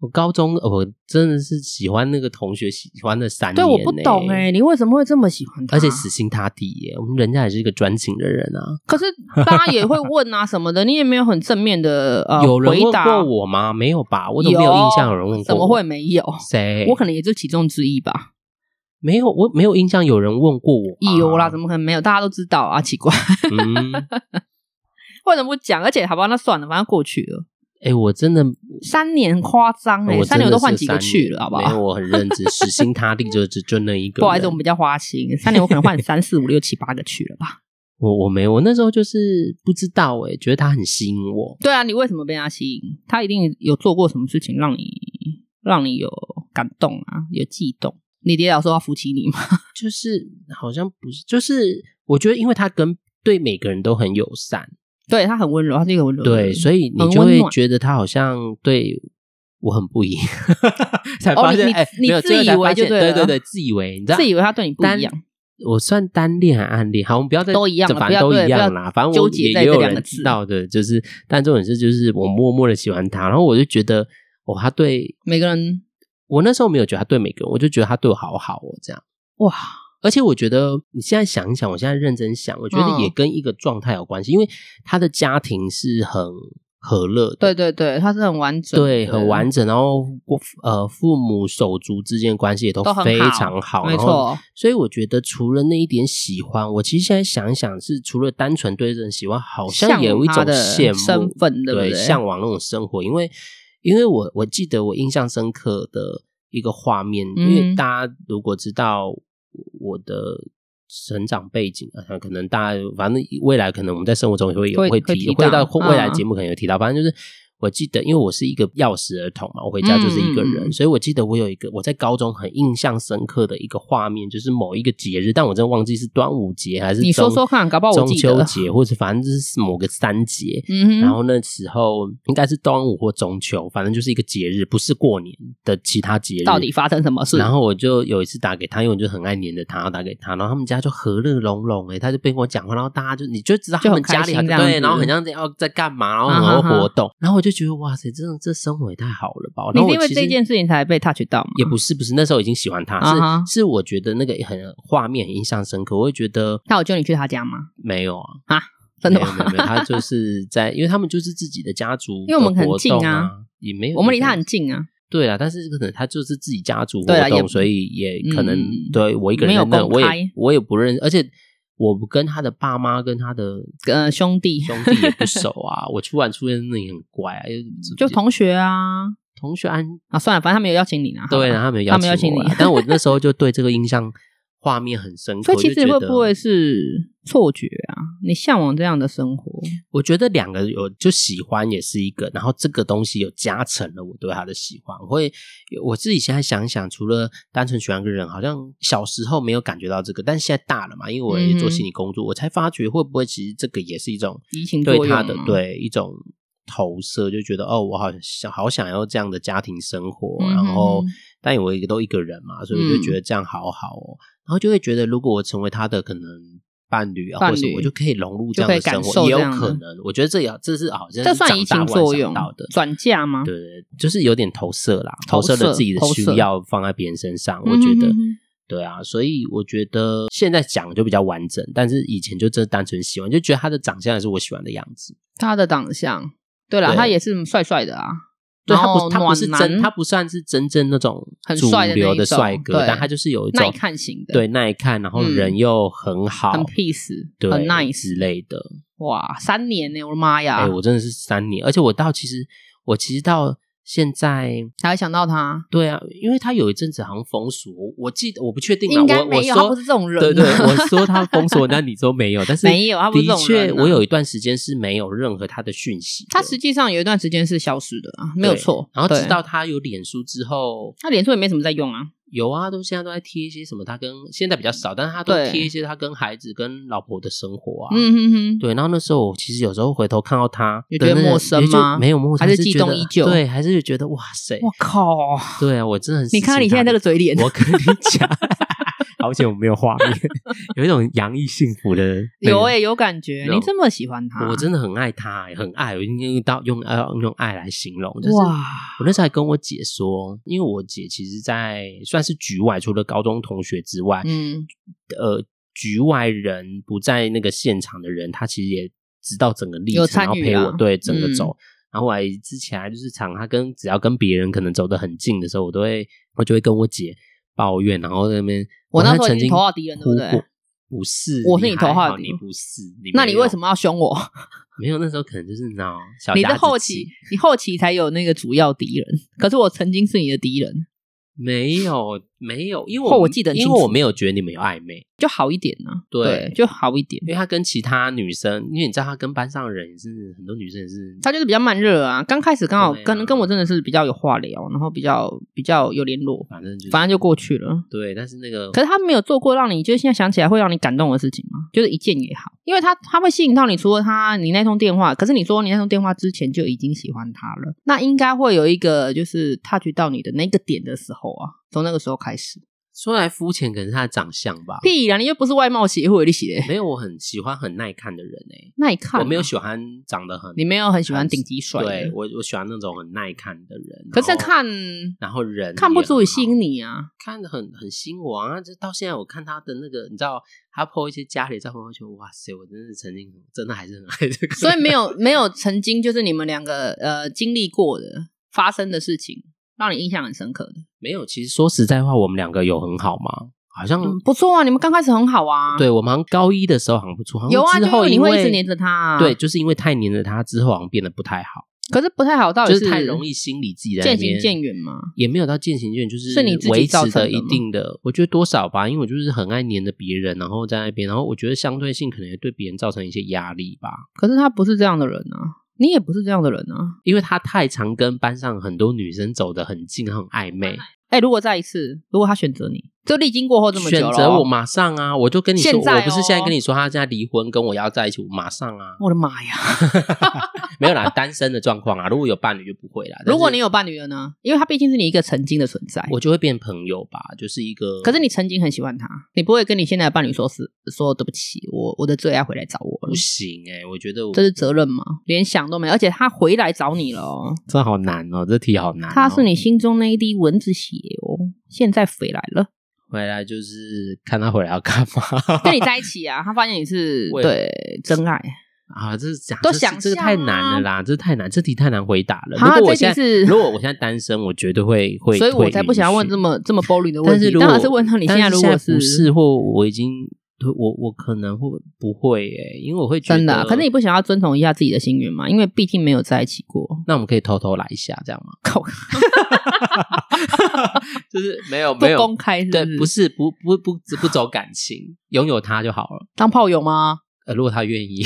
[SPEAKER 1] 我高中呃我真的是喜欢那个同学，喜欢了三年、
[SPEAKER 2] 对，我不懂啊哎、
[SPEAKER 1] 哎、
[SPEAKER 2] 你为什么会这么喜欢他？
[SPEAKER 1] 而且死心塌地耶、我们人家也是一个专情的人啊。
[SPEAKER 2] 可是大家也会问啊什么
[SPEAKER 1] (laughs)
[SPEAKER 2] 的，你也没有很正面的呃
[SPEAKER 1] 有人
[SPEAKER 2] 回
[SPEAKER 1] 问
[SPEAKER 2] 答。
[SPEAKER 1] 过我吗？没有吧？我怎么没有印象有人问过我？
[SPEAKER 2] 怎么会没有？
[SPEAKER 1] 谁？
[SPEAKER 2] 我可能也就其中之一
[SPEAKER 1] 啊
[SPEAKER 2] 吧。
[SPEAKER 1] 没有，我没有印象有人问过我、啊。
[SPEAKER 2] 有哎啦，怎么可能没有？大家都知道啊，奇怪，
[SPEAKER 1] 嗯，
[SPEAKER 2] 为什么不讲？而且好吧，那算了，反正过去了，
[SPEAKER 1] 哎、我真的，
[SPEAKER 2] 三年很夸张 (laughs) 哎、
[SPEAKER 1] 哦我
[SPEAKER 2] 三
[SPEAKER 1] 真的是
[SPEAKER 2] 年我都换几个
[SPEAKER 1] 三
[SPEAKER 2] 去
[SPEAKER 1] 年
[SPEAKER 2] 了，好不
[SPEAKER 1] 没有，
[SPEAKER 2] 好？
[SPEAKER 1] 我很认真，死心塌地就就就那一个人。
[SPEAKER 2] (laughs) 不好意思，我们比较花心，三年我可能换三四五六七八个去了
[SPEAKER 1] (laughs)
[SPEAKER 2] 吧。
[SPEAKER 1] 我我没有，我那时候就是不知道哎、觉得他很吸引我。
[SPEAKER 2] 对啊，你为什么被他吸引？他一定有做过什么事情让你让你有感动啊，有悸动。你爹老说要扶起你吗？ (laughs)
[SPEAKER 1] 就是好像不是，就是我觉得，因为他跟对每个人都很友善，
[SPEAKER 2] 对他很温柔，他是一个温柔的人。
[SPEAKER 1] 对，所以
[SPEAKER 2] 很
[SPEAKER 1] 你就
[SPEAKER 2] 温
[SPEAKER 1] 会
[SPEAKER 2] 暖
[SPEAKER 1] 觉得他好像对我很不一样， (laughs) 才
[SPEAKER 2] 哦
[SPEAKER 1] 发
[SPEAKER 2] 你
[SPEAKER 1] 现
[SPEAKER 2] 你
[SPEAKER 1] 哎、
[SPEAKER 2] 你
[SPEAKER 1] 没有
[SPEAKER 2] 自
[SPEAKER 1] 最后才
[SPEAKER 2] 以为
[SPEAKER 1] 发
[SPEAKER 2] 就
[SPEAKER 1] 现
[SPEAKER 2] 对
[SPEAKER 1] 对
[SPEAKER 2] 了
[SPEAKER 1] 对，自以为你知道，
[SPEAKER 2] 自以为他对你不一样，
[SPEAKER 1] 我算单恋还暗恋，好，我们不要再
[SPEAKER 2] 都一样了
[SPEAKER 1] 反
[SPEAKER 2] 不
[SPEAKER 1] 正
[SPEAKER 2] 要
[SPEAKER 1] 都
[SPEAKER 2] 对
[SPEAKER 1] 一样
[SPEAKER 2] 不要
[SPEAKER 1] 啦。反正
[SPEAKER 2] 纠
[SPEAKER 1] 我
[SPEAKER 2] 结
[SPEAKER 1] 也
[SPEAKER 2] 在
[SPEAKER 1] 也
[SPEAKER 2] 这
[SPEAKER 1] 有
[SPEAKER 2] 两个
[SPEAKER 1] 人
[SPEAKER 2] 字
[SPEAKER 1] 知道的，就是，但重点是，就是我默默的喜欢他，然后我就觉得，哦，他对
[SPEAKER 2] 每个人
[SPEAKER 1] 我那时候没有觉得他对每个人，我就觉得他对我好好哦，这样。
[SPEAKER 2] 哇，
[SPEAKER 1] 而且我觉得你现在想一想，我现在认真想，我觉得
[SPEAKER 2] 嗯
[SPEAKER 1] 也跟一个状态有关系，因为他的家庭是很和乐的，
[SPEAKER 2] 对对对，他是很完整，
[SPEAKER 1] 对，很完，整。然后我呃，父母手足之间的关系也都
[SPEAKER 2] 都很
[SPEAKER 1] 非
[SPEAKER 2] 好
[SPEAKER 1] 常好，
[SPEAKER 2] 没
[SPEAKER 1] 然后
[SPEAKER 2] 错，
[SPEAKER 1] 所以我觉得，除了那一点喜欢，我其实现在想一想，是除了单纯对这种喜欢，好像也有一
[SPEAKER 2] 向
[SPEAKER 1] 种
[SPEAKER 2] 往他的
[SPEAKER 1] 羡慕
[SPEAKER 2] 身份对不对
[SPEAKER 1] 向往那种生活。因为，因为我我记得我印象深刻的一个画面，
[SPEAKER 2] 嗯
[SPEAKER 1] 因为大家如果知道我的成长背景啊，可能大家反正未来可能我们在生活中也会有
[SPEAKER 2] 会会
[SPEAKER 1] 提
[SPEAKER 2] 提
[SPEAKER 1] 会
[SPEAKER 2] 到
[SPEAKER 1] 到未来
[SPEAKER 2] 嗯
[SPEAKER 1] 节目可能有提到，反正就是。我记得，因为我是一个钥匙儿童嘛，我回家就是一个
[SPEAKER 2] 嗯嗯
[SPEAKER 1] 人，
[SPEAKER 2] 嗯
[SPEAKER 1] 所以我记得我有一个我在高中很印象深刻的一个画面，就是某一个节日，但我真的忘记是端午节还是
[SPEAKER 2] 你说
[SPEAKER 1] 中
[SPEAKER 2] 说看搞不好我
[SPEAKER 1] 中
[SPEAKER 2] 记
[SPEAKER 1] 秋
[SPEAKER 2] 得
[SPEAKER 1] 节或者反正就是某个三节。
[SPEAKER 2] 嗯
[SPEAKER 1] 然
[SPEAKER 2] 哼，
[SPEAKER 1] 后那时候应该是端午或中秋，反正就是一个节日，不是过年的其他节日。
[SPEAKER 2] 到底发生什么事？
[SPEAKER 1] 然后我就有一次打给他，因为我就很爱黏着他，打给他，然后他们家就和乐融融诶、欸他就边跟我讲话，然后大家就你就知道他们家里
[SPEAKER 2] 就很开心这样子
[SPEAKER 1] 对，然后很像要在干嘛，然后
[SPEAKER 2] 啊
[SPEAKER 1] 很
[SPEAKER 2] 哈
[SPEAKER 1] 多
[SPEAKER 2] 哈
[SPEAKER 1] 活动，然后我就觉得哇塞，真的这生活也太好了吧！然
[SPEAKER 2] 你
[SPEAKER 1] 后我
[SPEAKER 2] 是因为
[SPEAKER 1] 其实
[SPEAKER 2] 这件事情才被 touch 到吗？
[SPEAKER 1] 也不是不是，那时候已经喜欢他，
[SPEAKER 2] 啊哈
[SPEAKER 1] 是是我觉得那个很画面很印象深刻，我会觉得
[SPEAKER 2] 那我叫你去他家吗？
[SPEAKER 1] 没有啊，
[SPEAKER 2] 真的
[SPEAKER 1] 没
[SPEAKER 2] 吗
[SPEAKER 1] 有？没有没有，他就是在，因为他们就是自己的家族，
[SPEAKER 2] 因为我们很近啊
[SPEAKER 1] 啊，也没有
[SPEAKER 2] (laughs) 我们离他很近啊，
[SPEAKER 1] 对啊，但是可能他就是自己家族活
[SPEAKER 2] 对啊也
[SPEAKER 1] 动，所以也可能、
[SPEAKER 2] 嗯
[SPEAKER 1] 对我一个
[SPEAKER 2] 没
[SPEAKER 1] 人
[SPEAKER 2] 有
[SPEAKER 1] 在那，我
[SPEAKER 2] 公开
[SPEAKER 1] 也我也不认识，而且我跟他的爸妈跟他的
[SPEAKER 2] 呃，兄弟
[SPEAKER 1] 兄弟也不熟
[SPEAKER 2] (laughs)
[SPEAKER 1] 啊。我突然出现，那也很怪啊，
[SPEAKER 2] 就同学啊
[SPEAKER 1] 同学安
[SPEAKER 2] 啊，算了，反正他没有邀请你啊。
[SPEAKER 1] 对，
[SPEAKER 2] 好吧
[SPEAKER 1] 然后他没有
[SPEAKER 2] 他没邀
[SPEAKER 1] 邀
[SPEAKER 2] 请
[SPEAKER 1] 请我
[SPEAKER 2] 你 (laughs)
[SPEAKER 1] 啊，但我那时候就对这个印象画面很深刻。
[SPEAKER 2] 所以其
[SPEAKER 1] 我
[SPEAKER 2] 实
[SPEAKER 1] 就觉
[SPEAKER 2] 会
[SPEAKER 1] 得
[SPEAKER 2] 不会是错觉啊？你向往这样的生活，
[SPEAKER 1] 我觉得两个有就喜欢也是一个，然后这个东西有加成了我对他的喜欢。我会我自己现在想一想，除了单纯喜欢一个人，好像小时候没有感觉到这个，但现在大了嘛，因为我也做心理工作，我才发觉会不会其实这个也是一种
[SPEAKER 2] 移情
[SPEAKER 1] 对
[SPEAKER 2] 作用
[SPEAKER 1] 他
[SPEAKER 2] 吗
[SPEAKER 1] 的对一种投射，就觉得哦，我好想好想要这样的家庭生活，
[SPEAKER 2] 嗯哼嗯
[SPEAKER 1] 然后但我也都一个人嘛，所以我就觉得这样好好哦，然后就会觉得如果我成为他的可能。伴侣啊，
[SPEAKER 2] 伴
[SPEAKER 1] 或者
[SPEAKER 2] 侣
[SPEAKER 1] 我就可以融入这
[SPEAKER 2] 就
[SPEAKER 1] 样
[SPEAKER 2] 可以
[SPEAKER 1] 的生
[SPEAKER 2] 感受
[SPEAKER 1] 活，也有
[SPEAKER 2] 这样的
[SPEAKER 1] 可能。我觉得这也这是好像
[SPEAKER 2] 这
[SPEAKER 1] 是
[SPEAKER 2] 算
[SPEAKER 1] 长
[SPEAKER 2] 移
[SPEAKER 1] 大
[SPEAKER 2] 情
[SPEAKER 1] 后才
[SPEAKER 2] 作
[SPEAKER 1] 想
[SPEAKER 2] 用
[SPEAKER 1] 到的
[SPEAKER 2] 转嫁吗？
[SPEAKER 1] 对，对对就是有点投射啦，
[SPEAKER 2] 投
[SPEAKER 1] 投射
[SPEAKER 2] 射
[SPEAKER 1] 了自己的
[SPEAKER 2] 投
[SPEAKER 1] 需
[SPEAKER 2] 射
[SPEAKER 1] 要放在别人身上。我
[SPEAKER 2] 嗯
[SPEAKER 1] 觉得
[SPEAKER 2] 哼哼
[SPEAKER 1] 对啊，所以我觉得现在讲就比较完整，但是以前就真的单纯喜欢，就觉得他的长相也是我喜欢的样子。
[SPEAKER 2] 他的长相对啦，
[SPEAKER 1] 对
[SPEAKER 2] 他也是帅帅的啊，
[SPEAKER 1] 对
[SPEAKER 2] 然
[SPEAKER 1] 他不
[SPEAKER 2] 后
[SPEAKER 1] 他不是
[SPEAKER 2] 暖男
[SPEAKER 1] 真，他不算是真正那种
[SPEAKER 2] 很
[SPEAKER 1] 主
[SPEAKER 2] 帅的那
[SPEAKER 1] 流
[SPEAKER 2] 一种
[SPEAKER 1] 帅哥，
[SPEAKER 2] 对
[SPEAKER 1] 但他就是有一种
[SPEAKER 2] 耐看型的，
[SPEAKER 1] 对，耐看，然后
[SPEAKER 2] 嗯
[SPEAKER 1] 人又很好，
[SPEAKER 2] 很 peace，
[SPEAKER 1] 对，
[SPEAKER 2] 很 nice，啊
[SPEAKER 1] 之类的。
[SPEAKER 2] 哇，三年呢，我的妈
[SPEAKER 1] 哎、
[SPEAKER 2] 呀，
[SPEAKER 1] 我真的是三年，而且我到其实我其实到现在，
[SPEAKER 2] 才会想到他，
[SPEAKER 1] 对啊，因为他有一阵子好像封锁，我我记得我不确定啊，
[SPEAKER 2] 应该
[SPEAKER 1] 我
[SPEAKER 2] 没
[SPEAKER 1] 我
[SPEAKER 2] 有，他
[SPEAKER 1] 说
[SPEAKER 2] 不是这种人啊，
[SPEAKER 1] 对对，我说他封锁，那你说没有，但是
[SPEAKER 2] (laughs) 没有他不是这
[SPEAKER 1] 的
[SPEAKER 2] 种人啊
[SPEAKER 1] 确，我有一段时间是没有任何他的讯息的，
[SPEAKER 2] (laughs) 他实际上有一段时间是消失的啊，没有
[SPEAKER 1] 对
[SPEAKER 2] 错，
[SPEAKER 1] 然后直
[SPEAKER 2] 对
[SPEAKER 1] 到他有脸书之后，
[SPEAKER 2] 他脸书也没什么在用啊，
[SPEAKER 1] 有啊，都现在都在贴一些什么，他跟现在比较少，但是他都
[SPEAKER 2] 对
[SPEAKER 1] 贴一些他跟孩子、跟老婆的生活啊。
[SPEAKER 2] 嗯哼哼，
[SPEAKER 1] 对，然后那时候我其实有时候回头看到他
[SPEAKER 2] 有
[SPEAKER 1] 的
[SPEAKER 2] 觉得
[SPEAKER 1] 那个，
[SPEAKER 2] 陌生
[SPEAKER 1] 也就
[SPEAKER 2] 吗
[SPEAKER 1] 没有陌生，
[SPEAKER 2] 还是
[SPEAKER 1] 是
[SPEAKER 2] 悸
[SPEAKER 1] 觉
[SPEAKER 2] 动
[SPEAKER 1] 得
[SPEAKER 2] 依旧
[SPEAKER 1] 对，还是觉得哇塞，
[SPEAKER 2] 我靠，
[SPEAKER 1] 对啊，我真的很。
[SPEAKER 2] 你看你现在这个，嘴脸，
[SPEAKER 1] 我跟你讲， (laughs) 而且我没有画面，有一种洋溢幸福的。
[SPEAKER 2] (laughs) 有哎、
[SPEAKER 1] 哎，
[SPEAKER 2] 有感觉，
[SPEAKER 1] 那
[SPEAKER 2] 你
[SPEAKER 1] 种
[SPEAKER 2] 这么喜欢他，
[SPEAKER 1] 我真的很爱他，欸很爱，我用到用爱用爱来形容，就是
[SPEAKER 2] 哇，
[SPEAKER 1] 我那时候还跟我姐说，因为我姐其实在，算是局外，除了高中同学之外，
[SPEAKER 2] 嗯，
[SPEAKER 1] 呃，局外人不在那个现场的人，她其实也知道整个历
[SPEAKER 2] 有
[SPEAKER 1] 程，
[SPEAKER 2] 参
[SPEAKER 1] 然后
[SPEAKER 2] 与
[SPEAKER 1] 陪我
[SPEAKER 2] 啊
[SPEAKER 1] 对整个
[SPEAKER 2] 嗯
[SPEAKER 1] 走。然后我还之前还就是常，她跟只要跟别人可能走得很近的时候，我都会我就会跟我姐抱怨，然后在那边哦
[SPEAKER 2] 我那时候已
[SPEAKER 1] 曾
[SPEAKER 2] 经
[SPEAKER 1] 经
[SPEAKER 2] 头号敌人，对
[SPEAKER 1] 哭
[SPEAKER 2] 不
[SPEAKER 1] 过
[SPEAKER 2] 对？
[SPEAKER 1] 不是，
[SPEAKER 2] 我是你头
[SPEAKER 1] 还
[SPEAKER 2] 号
[SPEAKER 1] 好
[SPEAKER 2] 敌
[SPEAKER 1] 你
[SPEAKER 2] 人
[SPEAKER 1] 不是，
[SPEAKER 2] 那你为什
[SPEAKER 1] 么
[SPEAKER 2] 么要凶我？
[SPEAKER 1] 没有？那时候可能就是那
[SPEAKER 2] (laughs)
[SPEAKER 1] 种小
[SPEAKER 2] 你
[SPEAKER 1] 家
[SPEAKER 2] 的
[SPEAKER 1] 子
[SPEAKER 2] 后
[SPEAKER 1] 气
[SPEAKER 2] 期，你后期才有那个主要敌人，可是我曾经是你的敌人，
[SPEAKER 1] 没有没有，因为
[SPEAKER 2] 哦
[SPEAKER 1] 我
[SPEAKER 2] 我记得很
[SPEAKER 1] 因
[SPEAKER 2] 清
[SPEAKER 1] 为
[SPEAKER 2] 楚
[SPEAKER 1] 我没有觉得你们有暧昧，
[SPEAKER 2] 就好一点呢、啊
[SPEAKER 1] 对
[SPEAKER 2] 就好一点。
[SPEAKER 1] 因为他跟其他女生，因为你知道他跟班上的人也是很多女生也是，
[SPEAKER 2] 他就是比较慢热啊，刚开始刚好
[SPEAKER 1] 对啊
[SPEAKER 2] 跟、跟我真的是比较有话聊，然后比较比较有联络，
[SPEAKER 1] 反正就
[SPEAKER 2] 反正就过去了。
[SPEAKER 1] 对，但是那个
[SPEAKER 2] 可是他没有做过让你就是现在想起来会让你感动的事情吗？就是一件也好，因为他他会吸引到你，除了他你那通电话，可是你说你那通电话之前就已经喜欢他了，那应该会有一个就是 touch 到你的那个点的时候啊，从那个时候开始。
[SPEAKER 1] 说来肤浅，可能是他的长相吧。
[SPEAKER 2] 屁啦，你又不是外貌协会，你写的
[SPEAKER 1] 没有，我很喜欢很耐看的人诶、
[SPEAKER 2] 那你看啊
[SPEAKER 1] 我没有喜欢长得很，
[SPEAKER 2] 你没有很喜欢顶级帅
[SPEAKER 1] 对
[SPEAKER 2] 的，
[SPEAKER 1] 我我喜欢那种很耐看的人。
[SPEAKER 2] 可是
[SPEAKER 1] 然后
[SPEAKER 2] 看
[SPEAKER 1] 然后人
[SPEAKER 2] 看不足以吸引
[SPEAKER 1] 你，
[SPEAKER 2] 你啊。
[SPEAKER 1] 看得很很吸引我啊！这到现在我看他的那个，你知道他 po 一些家里照片，我就觉得哇塞，我真的曾经真的还是很爱这个人。
[SPEAKER 2] (laughs) 所以没有没有曾经就是你们两个呃经历过的发生的事情，让你印象很深刻的。
[SPEAKER 1] 没有，其实说实在话，我们两个有很好吗？好像、
[SPEAKER 2] 嗯，不错啊，你们刚开始很好啊。，
[SPEAKER 1] 对我们好像高一的时候好像不错，好像
[SPEAKER 2] 有啊，
[SPEAKER 1] 之
[SPEAKER 2] 就因
[SPEAKER 1] 后
[SPEAKER 2] 为你
[SPEAKER 1] 因为
[SPEAKER 2] 会一直黏着他、啊。
[SPEAKER 1] 对，，就是因为太黏着他之后，好像变得不太好，
[SPEAKER 2] 可是不太好，到底
[SPEAKER 1] 就是太容易心理自己在那
[SPEAKER 2] 渐行
[SPEAKER 1] 边
[SPEAKER 2] 渐远嘛。
[SPEAKER 1] 也没有到渐行渐远，就是
[SPEAKER 2] 是你自己
[SPEAKER 1] 维持
[SPEAKER 2] 造成的
[SPEAKER 1] 一
[SPEAKER 2] 吗
[SPEAKER 1] 定的，我觉得多少吧，因为我就是很爱黏着别人，然后在那边，然后我觉得相对性可能也对别人造成一些压力吧，
[SPEAKER 2] 可是他不是这样的人啊，你也不是这样的人啊。
[SPEAKER 1] 因为他太常跟班上很多女生走得很近，很暧昧，
[SPEAKER 2] 哎、如果再一次，如果他选择你，就历经过后这么久
[SPEAKER 1] 选
[SPEAKER 2] 了哦
[SPEAKER 1] 择我，马上啊，我就跟你说，
[SPEAKER 2] 现在
[SPEAKER 1] 我不是现在
[SPEAKER 2] 哦
[SPEAKER 1] 跟你说他现在离婚，跟我要在一起，我马上啊，
[SPEAKER 2] 我的妈呀！
[SPEAKER 1] 没有啦，单身的状况啊，如果有伴侣就不会啦。但是
[SPEAKER 2] 如果你有伴侣了呢？因为他毕竟是你一个曾经的存在。
[SPEAKER 1] 我就会变朋友吧，就是一个。
[SPEAKER 2] 可是你曾经很喜欢他，你不会跟你现在的伴侣说是说对不起，我我的最爱回来找我了
[SPEAKER 1] 不，行哎、我觉得我
[SPEAKER 2] 这是责任吗？连想都没有，而且他回来找你了哦，
[SPEAKER 1] 这好难哦，这题好难、哦。
[SPEAKER 2] 他是你心中那一滴蚊子血哦，现在回来了，
[SPEAKER 1] 回来就是看他回来要干嘛
[SPEAKER 2] (laughs) 跟你在一起啊，他发现你是
[SPEAKER 1] 为
[SPEAKER 2] (laughs) 对真爱，
[SPEAKER 1] 啊？这是讲
[SPEAKER 2] 都
[SPEAKER 1] 这是
[SPEAKER 2] 想
[SPEAKER 1] 这个
[SPEAKER 2] 象
[SPEAKER 1] 太难
[SPEAKER 2] 啊
[SPEAKER 1] 了啦，这太难，这题太难回答了。
[SPEAKER 2] 好
[SPEAKER 1] 如果我
[SPEAKER 2] 这题
[SPEAKER 1] 现在
[SPEAKER 2] 是
[SPEAKER 1] 如果我现在单身，我绝对会会，
[SPEAKER 2] 所以我
[SPEAKER 1] 会
[SPEAKER 2] 才不
[SPEAKER 1] 允
[SPEAKER 2] 想要问
[SPEAKER 1] 许
[SPEAKER 2] 这么这么 boring 的问
[SPEAKER 1] 但
[SPEAKER 2] 题
[SPEAKER 1] 是，如果
[SPEAKER 2] 当然是问到你
[SPEAKER 1] 但
[SPEAKER 2] 现在如果
[SPEAKER 1] 是不
[SPEAKER 2] 是
[SPEAKER 1] 或我已经我我可能会不会哎、因为我会觉得
[SPEAKER 2] 真的啊、可是你不想要遵从一下自己的心愿吗？因为毕竟没有在一起过，
[SPEAKER 1] 那我们可以偷偷来一下，这样吗？
[SPEAKER 2] 靠
[SPEAKER 1] (laughs) 就是没
[SPEAKER 2] (laughs)
[SPEAKER 1] 有
[SPEAKER 2] 不
[SPEAKER 1] 没有
[SPEAKER 2] 公开是不
[SPEAKER 1] 对，
[SPEAKER 2] 是
[SPEAKER 1] 不是不不不不走感情，拥有他就好了。
[SPEAKER 2] 当炮友吗？
[SPEAKER 1] 呃，如果他愿意，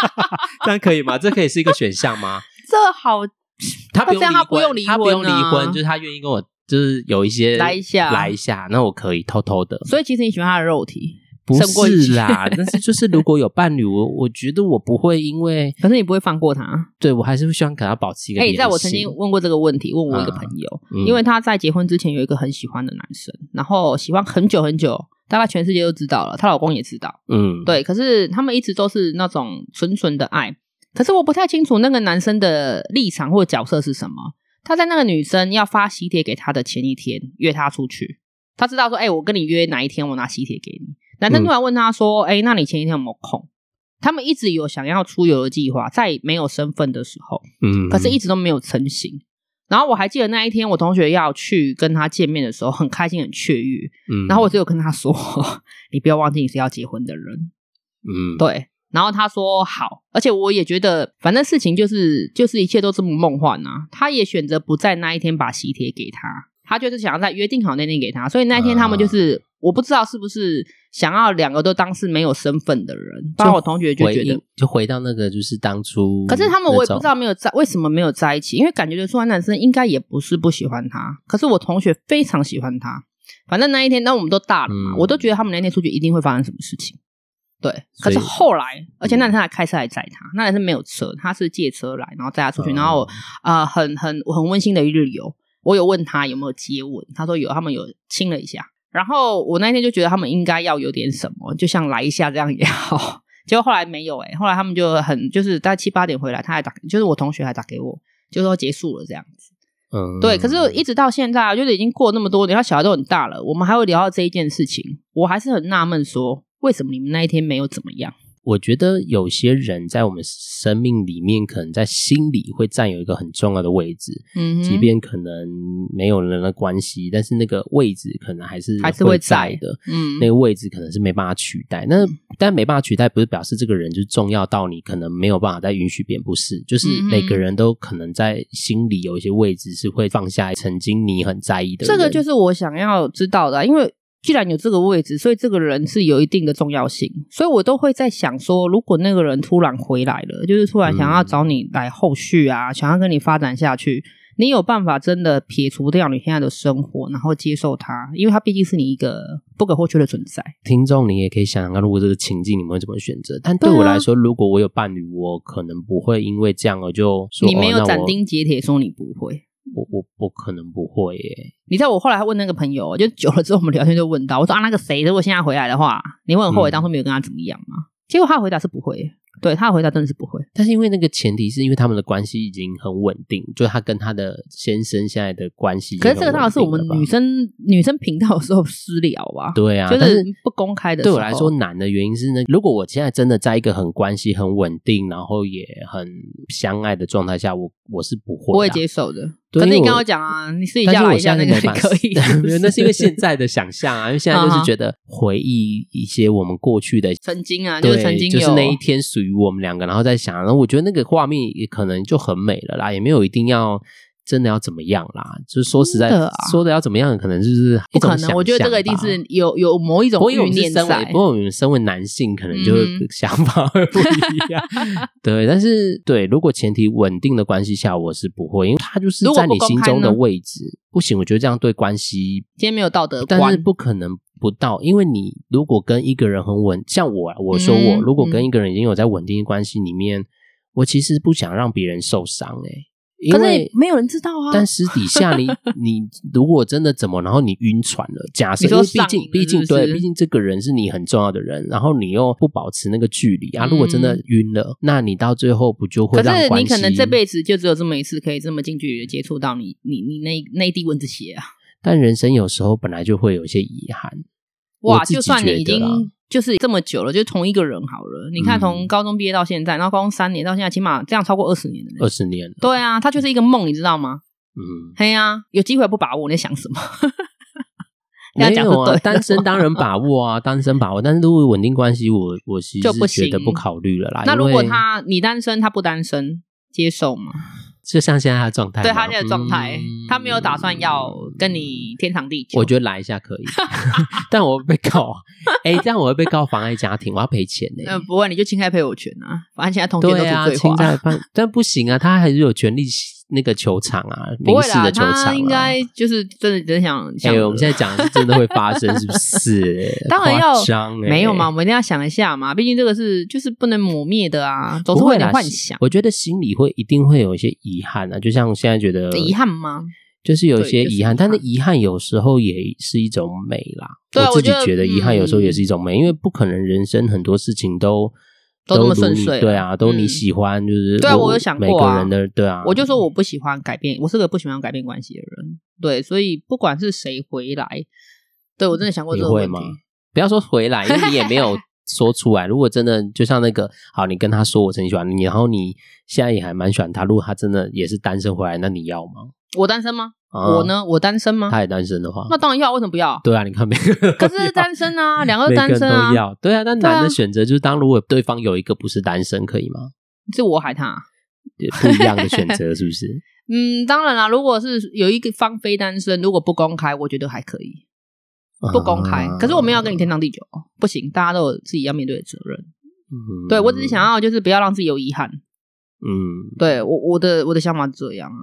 [SPEAKER 1] (laughs) 这样可以吗？这可以是一个选项吗？
[SPEAKER 2] 这好
[SPEAKER 1] (laughs) 他不用
[SPEAKER 2] 这样他不用
[SPEAKER 1] 离
[SPEAKER 2] 离
[SPEAKER 1] 婚，他不用
[SPEAKER 2] 婚啊
[SPEAKER 1] 婚，就是他愿意跟我，就是有一些
[SPEAKER 2] 来一下
[SPEAKER 1] 来一下，那我可以偷偷的。
[SPEAKER 2] 所以其实你喜欢他的肉体，
[SPEAKER 1] 不
[SPEAKER 2] 胜过一
[SPEAKER 1] 是
[SPEAKER 2] 切
[SPEAKER 1] 啦， (laughs) 但是就是如果有伴侣，我我觉得我不会因为
[SPEAKER 2] 可是你不会放过他。
[SPEAKER 1] 对我还是会希望给他保持一个
[SPEAKER 2] (laughs) 哎、
[SPEAKER 1] 联系。
[SPEAKER 2] 在我曾经问过这个问题，问我一个朋友，
[SPEAKER 1] 嗯
[SPEAKER 2] 因为他在结婚之前有一个很喜欢的男生，然后喜欢很久很久，大概全世界都知道了，她老公也知道。
[SPEAKER 1] 嗯，
[SPEAKER 2] 对，可是他们一直都是那种纯纯的爱，可是我不太清楚那个男生的立场或角色是什么。他在那个女生要发喜帖给他的前一天约她出去，他知
[SPEAKER 1] 嗯
[SPEAKER 2] 道说，哎、我跟你约哪一天，我拿喜帖给你。男生突然问他说，哎、那你前一天有没有空？他们一直有想要出游的计划，在没有身份的时候，
[SPEAKER 1] 嗯，
[SPEAKER 2] 可是一直都没有成型。然后我还记得那一天，我同学要去跟他见面的时候，很开心，很雀跃。
[SPEAKER 1] 嗯，
[SPEAKER 2] 然后我只有跟他说：“ (laughs) 你不要忘记你是要结婚的人。”
[SPEAKER 1] 嗯，
[SPEAKER 2] 对，然后他说好，而且我也觉得，反正事情就是就是一切都这么梦幻啊。他也选择不在那一天把喜帖给他，他就是想要在约定好那天给他，所以那一
[SPEAKER 1] 啊
[SPEAKER 2] 天他们就是、我不知道是不是想要两个都当是没有身份的人，不然我同学就
[SPEAKER 1] 回
[SPEAKER 2] 觉得
[SPEAKER 1] 应。就回到那个就是当初，
[SPEAKER 2] 可是他们我也不知道，没有在为什么没有在一起，因为感觉得出来男生应该也不是不喜欢他，可是我同学非常喜欢他。反正那一天，那我们都大了嘛，
[SPEAKER 1] 嗯
[SPEAKER 2] 我都觉得他们那天出去一定会发生什么事情。对，可
[SPEAKER 1] 所以
[SPEAKER 2] 是后来，而且那男生还开车来载他，那男生没有车，他是借车来，然后载他出去，
[SPEAKER 1] 嗯
[SPEAKER 2] 然后啊、呃很很很温馨的一日游。我有问他有没有接吻，他说有，他们有亲了一下。然后我那天就觉得他们应该要有点什么，就像来一下这样也好。 (laughs) 结果后来没有哎、后来他们就很就是大概七八点回来，他还打，就是我同学还打给我，就说结束了这样子。
[SPEAKER 1] 嗯，
[SPEAKER 2] 对，可是一直到现在啊，就是已经过那么多年，他小孩都很大了，我们还会聊到这一件事情，我还是很纳闷说，为什么你们那一天没有怎么样？
[SPEAKER 1] 我觉得有些人在我们生命里面，可能在心里会占有一个很重要的位置，
[SPEAKER 2] 嗯
[SPEAKER 1] 即便可能没有人的关系，但是那个位置可能还是
[SPEAKER 2] 还是
[SPEAKER 1] 会
[SPEAKER 2] 会在
[SPEAKER 1] 在的，
[SPEAKER 2] 嗯
[SPEAKER 1] 那个位置可能是没办法取代。那但没办法取代，不是表示这个人就是重要到你可能没有办法再允许别人，不是？就是
[SPEAKER 2] 嗯哼
[SPEAKER 1] 每个人都可能在心里有一些位置是会放下曾经你很在意的
[SPEAKER 2] 这
[SPEAKER 1] 人。
[SPEAKER 2] 个就是我想要知道的啊、因为既然有这个位置，所以这个人是有一定的重要性，所以我都会在想说，如果那个人突然回来了，就是突然想
[SPEAKER 1] 嗯
[SPEAKER 2] 要找你来后续啊，想要跟你发展下去，你有办法真的撇除掉你现在的生活，然后接受他，因为他毕竟是你一个不可或缺的存在。
[SPEAKER 1] 听众，你也可以想想看，如果这个情境你们会怎么选择？但对我
[SPEAKER 2] 对啊
[SPEAKER 1] 来说，如果我有伴侣，我可能不会因为这样而就说
[SPEAKER 2] 你没
[SPEAKER 1] 哦
[SPEAKER 2] 有
[SPEAKER 1] 那
[SPEAKER 2] 斩
[SPEAKER 1] 我
[SPEAKER 2] 钉截铁说你不会。
[SPEAKER 1] 我我我可能不会耶。
[SPEAKER 2] 你知道我后来还问那个朋友，哦就久了之后我们聊天就问到，我说啊那个谁，如果现在回来的话，你会很后
[SPEAKER 1] 嗯
[SPEAKER 2] 悔当初没有跟他怎么样吗？结果他的回答是不会，对他的回答真的是不会。
[SPEAKER 1] 但是因为那个前提是因为他们的关系已经很稳定，就他跟他的先生现在的关系已经
[SPEAKER 2] 可
[SPEAKER 1] 很
[SPEAKER 2] 是
[SPEAKER 1] 稳
[SPEAKER 2] 这
[SPEAKER 1] 定了吧。
[SPEAKER 2] 个当然是我们女生女生频道有时候私聊吧，
[SPEAKER 1] 对啊，
[SPEAKER 2] 就
[SPEAKER 1] 但
[SPEAKER 2] 是不公开的时
[SPEAKER 1] 对
[SPEAKER 2] 候。
[SPEAKER 1] 我来说，难的原因是呢，如果我现在真的在一个很关系很稳定，然后也很相爱的状态下，我我是不会、啊，
[SPEAKER 2] 我也接受的。
[SPEAKER 1] 对
[SPEAKER 2] 可是你
[SPEAKER 1] 因为
[SPEAKER 2] 跟
[SPEAKER 1] 我
[SPEAKER 2] 我讲啊，你私底
[SPEAKER 1] 但
[SPEAKER 2] 下
[SPEAKER 1] 是
[SPEAKER 2] 来
[SPEAKER 1] 我
[SPEAKER 2] 一下
[SPEAKER 1] 现在没
[SPEAKER 2] 那个
[SPEAKER 1] 办，
[SPEAKER 2] 可以
[SPEAKER 1] (laughs) 没有那是因为现
[SPEAKER 2] 在
[SPEAKER 1] 在的想象啊，因为现在就是觉得回忆一些我们过去的。
[SPEAKER 2] (laughs) 曾经啊，就
[SPEAKER 1] 对，
[SPEAKER 2] 是曾经
[SPEAKER 1] 就
[SPEAKER 2] 有
[SPEAKER 1] 是那一天属于我们两个，然后再想，然后我觉得那个画面也可能就很美了啦，也没有一定要真的要怎么样啦。就是说实在，
[SPEAKER 2] 真的啊
[SPEAKER 1] 说的要怎么样，可能就是
[SPEAKER 2] 不
[SPEAKER 1] 一种
[SPEAKER 2] 可能，我觉得这个一定
[SPEAKER 1] 想象吧啊
[SPEAKER 2] 是有有某一种
[SPEAKER 1] 不过因为我
[SPEAKER 2] 欲
[SPEAKER 1] 们是
[SPEAKER 2] 念
[SPEAKER 1] 身为，
[SPEAKER 2] 在
[SPEAKER 1] 不。过我们身为男性，可能就
[SPEAKER 2] 嗯哼
[SPEAKER 1] (laughs) 想法会不一
[SPEAKER 2] (laughs)
[SPEAKER 1] 样。对，但是对，如果前提稳定的关系下，我是不会，因为他就是
[SPEAKER 2] 如果
[SPEAKER 1] 在
[SPEAKER 2] 不
[SPEAKER 1] 你
[SPEAKER 2] 公
[SPEAKER 1] 心
[SPEAKER 2] 开
[SPEAKER 1] 中的
[SPEAKER 2] 呢
[SPEAKER 1] 位置不行。我觉得这样对关系，
[SPEAKER 2] 今天没有道德
[SPEAKER 1] 但是
[SPEAKER 2] 观，
[SPEAKER 1] 不可能不到，因为你如果跟一个人很稳，像我啊，我说我、
[SPEAKER 2] 嗯
[SPEAKER 1] 如果
[SPEAKER 2] 嗯
[SPEAKER 1] 跟一个人已经有在稳定的关系里面，我其实不想让别人受伤哎、欸因
[SPEAKER 2] 可
[SPEAKER 1] 为
[SPEAKER 2] 是没有人知道啊。
[SPEAKER 1] 但私底下
[SPEAKER 2] (laughs)
[SPEAKER 1] 你你如果真的怎么，然后你晕船了，假设
[SPEAKER 2] 你
[SPEAKER 1] 因
[SPEAKER 2] 说
[SPEAKER 1] 为毕
[SPEAKER 2] 上
[SPEAKER 1] 竟
[SPEAKER 2] 瘾了
[SPEAKER 1] 毕竟
[SPEAKER 2] 是不是
[SPEAKER 1] 对，毕竟这个人是你很重要的人，然后你又不保持那个距离啊，
[SPEAKER 2] 嗯
[SPEAKER 1] 如果真的晕了，那你到最后不就会
[SPEAKER 2] 可
[SPEAKER 1] 让
[SPEAKER 2] 是
[SPEAKER 1] 关
[SPEAKER 2] 你
[SPEAKER 1] 系？
[SPEAKER 2] 可能这辈子就只有这么一次可以这么近距离的接触到你，你你那那一滴蚊子血啊！
[SPEAKER 1] 但人生有时候本来就会有一些遗憾。
[SPEAKER 2] 哇，
[SPEAKER 1] 我自己
[SPEAKER 2] 就算你已
[SPEAKER 1] 觉得
[SPEAKER 2] 经
[SPEAKER 1] 啦
[SPEAKER 2] 就是这么久了，就同一个人好了。你
[SPEAKER 1] 嗯
[SPEAKER 2] 看，从高中毕业到现在，然后高中三年到现在，起码这样超过二十年了呢。
[SPEAKER 1] 二十年了，
[SPEAKER 2] 对啊，它就是一个梦，你知道吗？
[SPEAKER 1] 嗯，
[SPEAKER 2] 嘿呀、有机会不把握，你在想什么？这样
[SPEAKER 1] 没
[SPEAKER 2] 讲
[SPEAKER 1] 有
[SPEAKER 2] 就对
[SPEAKER 1] 啊，
[SPEAKER 2] 了
[SPEAKER 1] 单身当然把握啊，单身把握，但是如果稳定关系，我我其实
[SPEAKER 2] 就不
[SPEAKER 1] 是觉得
[SPEAKER 2] 行
[SPEAKER 1] 不考虑了啦。
[SPEAKER 2] 那
[SPEAKER 1] 因
[SPEAKER 2] 如果
[SPEAKER 1] 为
[SPEAKER 2] 他你单身，他不单身，接受吗？
[SPEAKER 1] 就像现在他的状态嘛，
[SPEAKER 2] 对他现在的状态，
[SPEAKER 1] 嗯
[SPEAKER 2] 他没有打算要跟你天长地久。
[SPEAKER 1] 我觉得来一下可
[SPEAKER 2] (laughs)
[SPEAKER 1] 以，但我会被告啊， (laughs) 哎、这样我会被告妨碍家庭，我要赔钱呢、
[SPEAKER 2] 嗯、不会，你就侵害配偶权啊！反正现在通奸都
[SPEAKER 1] 对
[SPEAKER 2] 是
[SPEAKER 1] 啊，
[SPEAKER 2] 罪化
[SPEAKER 1] 侵
[SPEAKER 2] 啊。
[SPEAKER 1] 占犯，但不行啊，他还是有权利那个球场啊，
[SPEAKER 2] 不
[SPEAKER 1] 民
[SPEAKER 2] 会
[SPEAKER 1] 事
[SPEAKER 2] 啦，
[SPEAKER 1] 的球场、啊。
[SPEAKER 2] 他应该就是真的真的想
[SPEAKER 1] 哎、
[SPEAKER 2] 想。
[SPEAKER 1] 我们现在讲的是真的会发生，是不是？
[SPEAKER 2] (laughs) 当然要
[SPEAKER 1] 夸张、欸，
[SPEAKER 2] 没有嘛，我。们一定要想一下嘛，毕竟这个是就是不能抹灭的啊，总
[SPEAKER 1] 不
[SPEAKER 2] 是会
[SPEAKER 1] 会
[SPEAKER 2] 有
[SPEAKER 1] 啦
[SPEAKER 2] 点幻想，
[SPEAKER 1] 我觉得心里会一定会有一些遗憾啊，就像现在觉得
[SPEAKER 2] 遗憾吗？
[SPEAKER 1] 就是有一
[SPEAKER 2] 对
[SPEAKER 1] 些
[SPEAKER 2] 就是
[SPEAKER 1] 遗
[SPEAKER 2] 遗
[SPEAKER 1] 憾，
[SPEAKER 2] 憾
[SPEAKER 1] 但是遗憾有时候也是一种美啦。
[SPEAKER 2] 对啊
[SPEAKER 1] 我自己
[SPEAKER 2] 我觉得嗯
[SPEAKER 1] 觉得遗憾有时候也是一种美，因为不可能人生很多事情都
[SPEAKER 2] 都那么
[SPEAKER 1] 如
[SPEAKER 2] 顺
[SPEAKER 1] 你
[SPEAKER 2] 遂啊
[SPEAKER 1] 对啊，都你
[SPEAKER 2] 嗯
[SPEAKER 1] 喜欢，就是
[SPEAKER 2] 对啊我
[SPEAKER 1] 有
[SPEAKER 2] 有想
[SPEAKER 1] 每
[SPEAKER 2] 过
[SPEAKER 1] 个
[SPEAKER 2] 啊
[SPEAKER 1] 人的对啊，
[SPEAKER 2] 我就说我不喜欢改变，我是个不喜欢改变关系的人，对，所以不管是谁回来，对我真的想过
[SPEAKER 1] 嗯你
[SPEAKER 2] 这个问
[SPEAKER 1] 会
[SPEAKER 2] 题 (laughs)
[SPEAKER 1] 吗，？不要说回来，因为你也没有说出来。如果真的就像那个，好，你跟他说我很喜欢你，然后你现在也还蛮喜欢他，如果他真的也是单身回来，那你要吗？
[SPEAKER 2] 我单身吗？
[SPEAKER 1] 啊
[SPEAKER 2] 我？呢？我单身吗？
[SPEAKER 1] 他也单身的话，
[SPEAKER 2] 那当然要，为什么不
[SPEAKER 1] (laughs)
[SPEAKER 2] 要？
[SPEAKER 1] 对啊，你看每个人
[SPEAKER 2] 可
[SPEAKER 1] 都要
[SPEAKER 2] 是单身
[SPEAKER 1] (laughs)
[SPEAKER 2] 啊，两个
[SPEAKER 1] 每
[SPEAKER 2] 都
[SPEAKER 1] 个
[SPEAKER 2] 单
[SPEAKER 1] 人
[SPEAKER 2] 身啊
[SPEAKER 1] 都，要，对啊。但
[SPEAKER 2] 对啊
[SPEAKER 1] 男的选择就是，当如果对方有一个不是单身，可以吗？
[SPEAKER 2] 是我还他啊。
[SPEAKER 1] 也不一样的选
[SPEAKER 2] (laughs)
[SPEAKER 1] 择是不是？
[SPEAKER 2] 嗯，当然啦，如果是有一个方非单身，如果不公开，我觉得还可以不公开。
[SPEAKER 1] 啊
[SPEAKER 2] 可是我们要跟你天长地久，不行，大家都有自己要面对的责任。
[SPEAKER 1] 嗯
[SPEAKER 2] 对我只是想，要就是不要让自己有遗憾。
[SPEAKER 1] 嗯，
[SPEAKER 2] 对我我的我的想法是这样啊，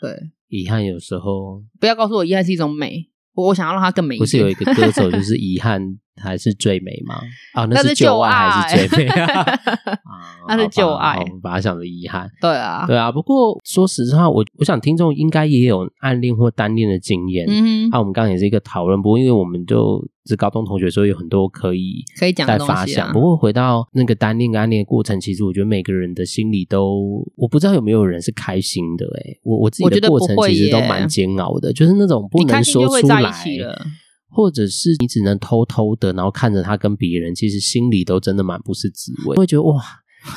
[SPEAKER 2] 对，
[SPEAKER 1] 遗憾有时候
[SPEAKER 2] 不要告诉我遗憾是一种美，我我想要让它更美一点。
[SPEAKER 1] 不是有一个歌
[SPEAKER 2] (laughs)
[SPEAKER 1] 手就是遗憾还是最美吗？啊，
[SPEAKER 2] 那
[SPEAKER 1] 是
[SPEAKER 2] 是
[SPEAKER 1] 旧
[SPEAKER 2] 旧
[SPEAKER 1] 爱还是
[SPEAKER 2] 爱
[SPEAKER 1] 最美？
[SPEAKER 2] (laughs)
[SPEAKER 1] 啊，
[SPEAKER 2] 那是
[SPEAKER 1] 好吧
[SPEAKER 2] 旧爱
[SPEAKER 1] 好我们把它想成遗憾。
[SPEAKER 2] 对啊，
[SPEAKER 1] 对啊，不过说实话，我我想听众应该也有暗恋或单恋的经验。
[SPEAKER 2] 嗯
[SPEAKER 1] 啊，
[SPEAKER 2] 哼，
[SPEAKER 1] 我们刚刚也是一个讨论，不过因为我们就是高中同学，所以有很多可以
[SPEAKER 2] 可以讲
[SPEAKER 1] 在
[SPEAKER 2] 的东
[SPEAKER 1] 发
[SPEAKER 2] 西啊
[SPEAKER 1] 想。不。过回到那个单恋跟暗恋的过程，其实我觉得每个人的心里都，我不知道有没有人是开心的、欸。我我自己
[SPEAKER 2] 我觉
[SPEAKER 1] 的
[SPEAKER 2] 得
[SPEAKER 1] 过
[SPEAKER 2] 不
[SPEAKER 1] 程
[SPEAKER 2] 会
[SPEAKER 1] 其实都
[SPEAKER 2] 耶
[SPEAKER 1] 蛮煎熬的，就是那种不
[SPEAKER 2] 你
[SPEAKER 1] 能
[SPEAKER 2] 开心
[SPEAKER 1] 说
[SPEAKER 2] 就会
[SPEAKER 1] 出
[SPEAKER 2] 在
[SPEAKER 1] 来
[SPEAKER 2] 一起了，
[SPEAKER 1] 或者是你只能偷偷的，然后看着他跟别人，其实心里都真的蛮不是滋味，会觉得哇。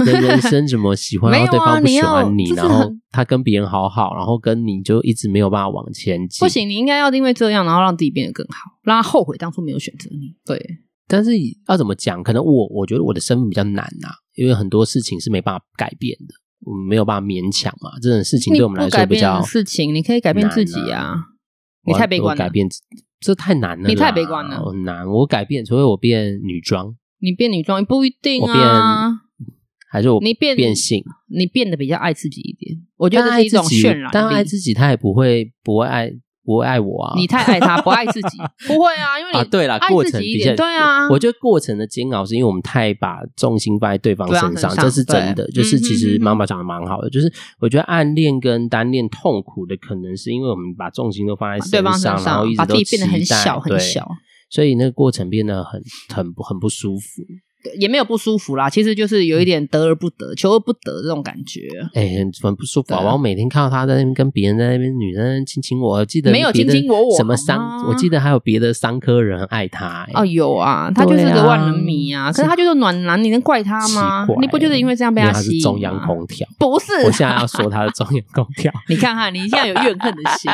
[SPEAKER 1] 人人生怎么喜欢，
[SPEAKER 2] (laughs) 没
[SPEAKER 1] 然
[SPEAKER 2] 有
[SPEAKER 1] 后
[SPEAKER 2] 啊
[SPEAKER 1] 对方不喜欢
[SPEAKER 2] 你
[SPEAKER 1] 然
[SPEAKER 2] 要这是
[SPEAKER 1] 后
[SPEAKER 2] 很
[SPEAKER 1] 他跟别人好好，然后跟你就一直没有办法往前进。
[SPEAKER 2] 不行，你应该要因为这样，然后让自己变得更好，让他后悔当初没有选择你。对，
[SPEAKER 1] 但是要怎么讲？可能我我觉得我的身份比较难呐、因为很多事情是没办法改变的，我们没有办法勉强嘛。这种事情
[SPEAKER 2] 你
[SPEAKER 1] 对我们来
[SPEAKER 2] 不
[SPEAKER 1] 说
[SPEAKER 2] 改
[SPEAKER 1] 比
[SPEAKER 2] 变
[SPEAKER 1] 较
[SPEAKER 2] 的事情，你可以改变自己
[SPEAKER 1] 难啊
[SPEAKER 2] 啊。你太悲
[SPEAKER 1] 我要
[SPEAKER 2] 观
[SPEAKER 1] 我改
[SPEAKER 2] 了，
[SPEAKER 1] 变自这太难了，
[SPEAKER 2] 你太悲观了
[SPEAKER 1] 很难。我改变，除非我变女装，
[SPEAKER 2] 你变女装不一定
[SPEAKER 1] 我变
[SPEAKER 2] 啊。
[SPEAKER 1] 还是我
[SPEAKER 2] 你变
[SPEAKER 1] 变性。
[SPEAKER 2] 你变得比较爱自己一点，我觉
[SPEAKER 1] 但
[SPEAKER 2] 得这
[SPEAKER 1] 爱
[SPEAKER 2] 是一
[SPEAKER 1] 自
[SPEAKER 2] 种
[SPEAKER 1] 己
[SPEAKER 2] 渲染，
[SPEAKER 1] 但爱
[SPEAKER 2] 力。
[SPEAKER 1] 自己，他也不会不会爱不会爱我啊。
[SPEAKER 2] 你太爱他，不爱
[SPEAKER 1] (laughs)
[SPEAKER 2] 自己，不会啊，因为你
[SPEAKER 1] 啊，对啦，
[SPEAKER 2] 爱
[SPEAKER 1] 过
[SPEAKER 2] 自
[SPEAKER 1] 程
[SPEAKER 2] 己一
[SPEAKER 1] 的确
[SPEAKER 2] 点，对啊，
[SPEAKER 1] 我觉得过程的煎熬是因为我们太把重心放在对方
[SPEAKER 2] 对啊
[SPEAKER 1] 身上，
[SPEAKER 2] 身上
[SPEAKER 1] 这是真的。
[SPEAKER 2] 对
[SPEAKER 1] 就是其实
[SPEAKER 2] 嗯哼
[SPEAKER 1] 妈妈讲的蛮好的，就是我觉得暗恋跟单恋痛苦的，可能是因为我们把重心都放在
[SPEAKER 2] 把对方身
[SPEAKER 1] 然后一直
[SPEAKER 2] 把
[SPEAKER 1] 都
[SPEAKER 2] 自己变得很
[SPEAKER 1] 期待
[SPEAKER 2] 小很
[SPEAKER 1] 对
[SPEAKER 2] 小，
[SPEAKER 1] 所以那个过程变得很很不很不舒服。
[SPEAKER 2] 对也没有不舒服啦。其实就是
[SPEAKER 1] 嗯
[SPEAKER 2] 有一点得而不得，求而不得这种感觉。
[SPEAKER 1] 哎、很很不舒服、
[SPEAKER 2] 对
[SPEAKER 1] 啊。
[SPEAKER 2] 啊
[SPEAKER 1] 然后每天看到他在那边跟别人在那边女生亲亲我，我记得
[SPEAKER 2] 没有
[SPEAKER 1] 别的
[SPEAKER 2] 卿卿我我
[SPEAKER 1] 什么
[SPEAKER 2] 好
[SPEAKER 1] 商，
[SPEAKER 2] 吗
[SPEAKER 1] 我记得还有别的商科人很爱他、哎
[SPEAKER 2] 哦，有啊，他就是
[SPEAKER 1] 对啊
[SPEAKER 2] 个万人迷啊，可是他就是暖男，你能怪他吗
[SPEAKER 1] 奇怪？
[SPEAKER 2] 你不就是因为这样被
[SPEAKER 1] 因为他
[SPEAKER 2] 吸
[SPEAKER 1] 是
[SPEAKER 2] 引？
[SPEAKER 1] 中央，空调。
[SPEAKER 2] 不是？
[SPEAKER 1] (laughs) 我现在要说他是中央空调。
[SPEAKER 2] 你看看，你现在有怨恨的心，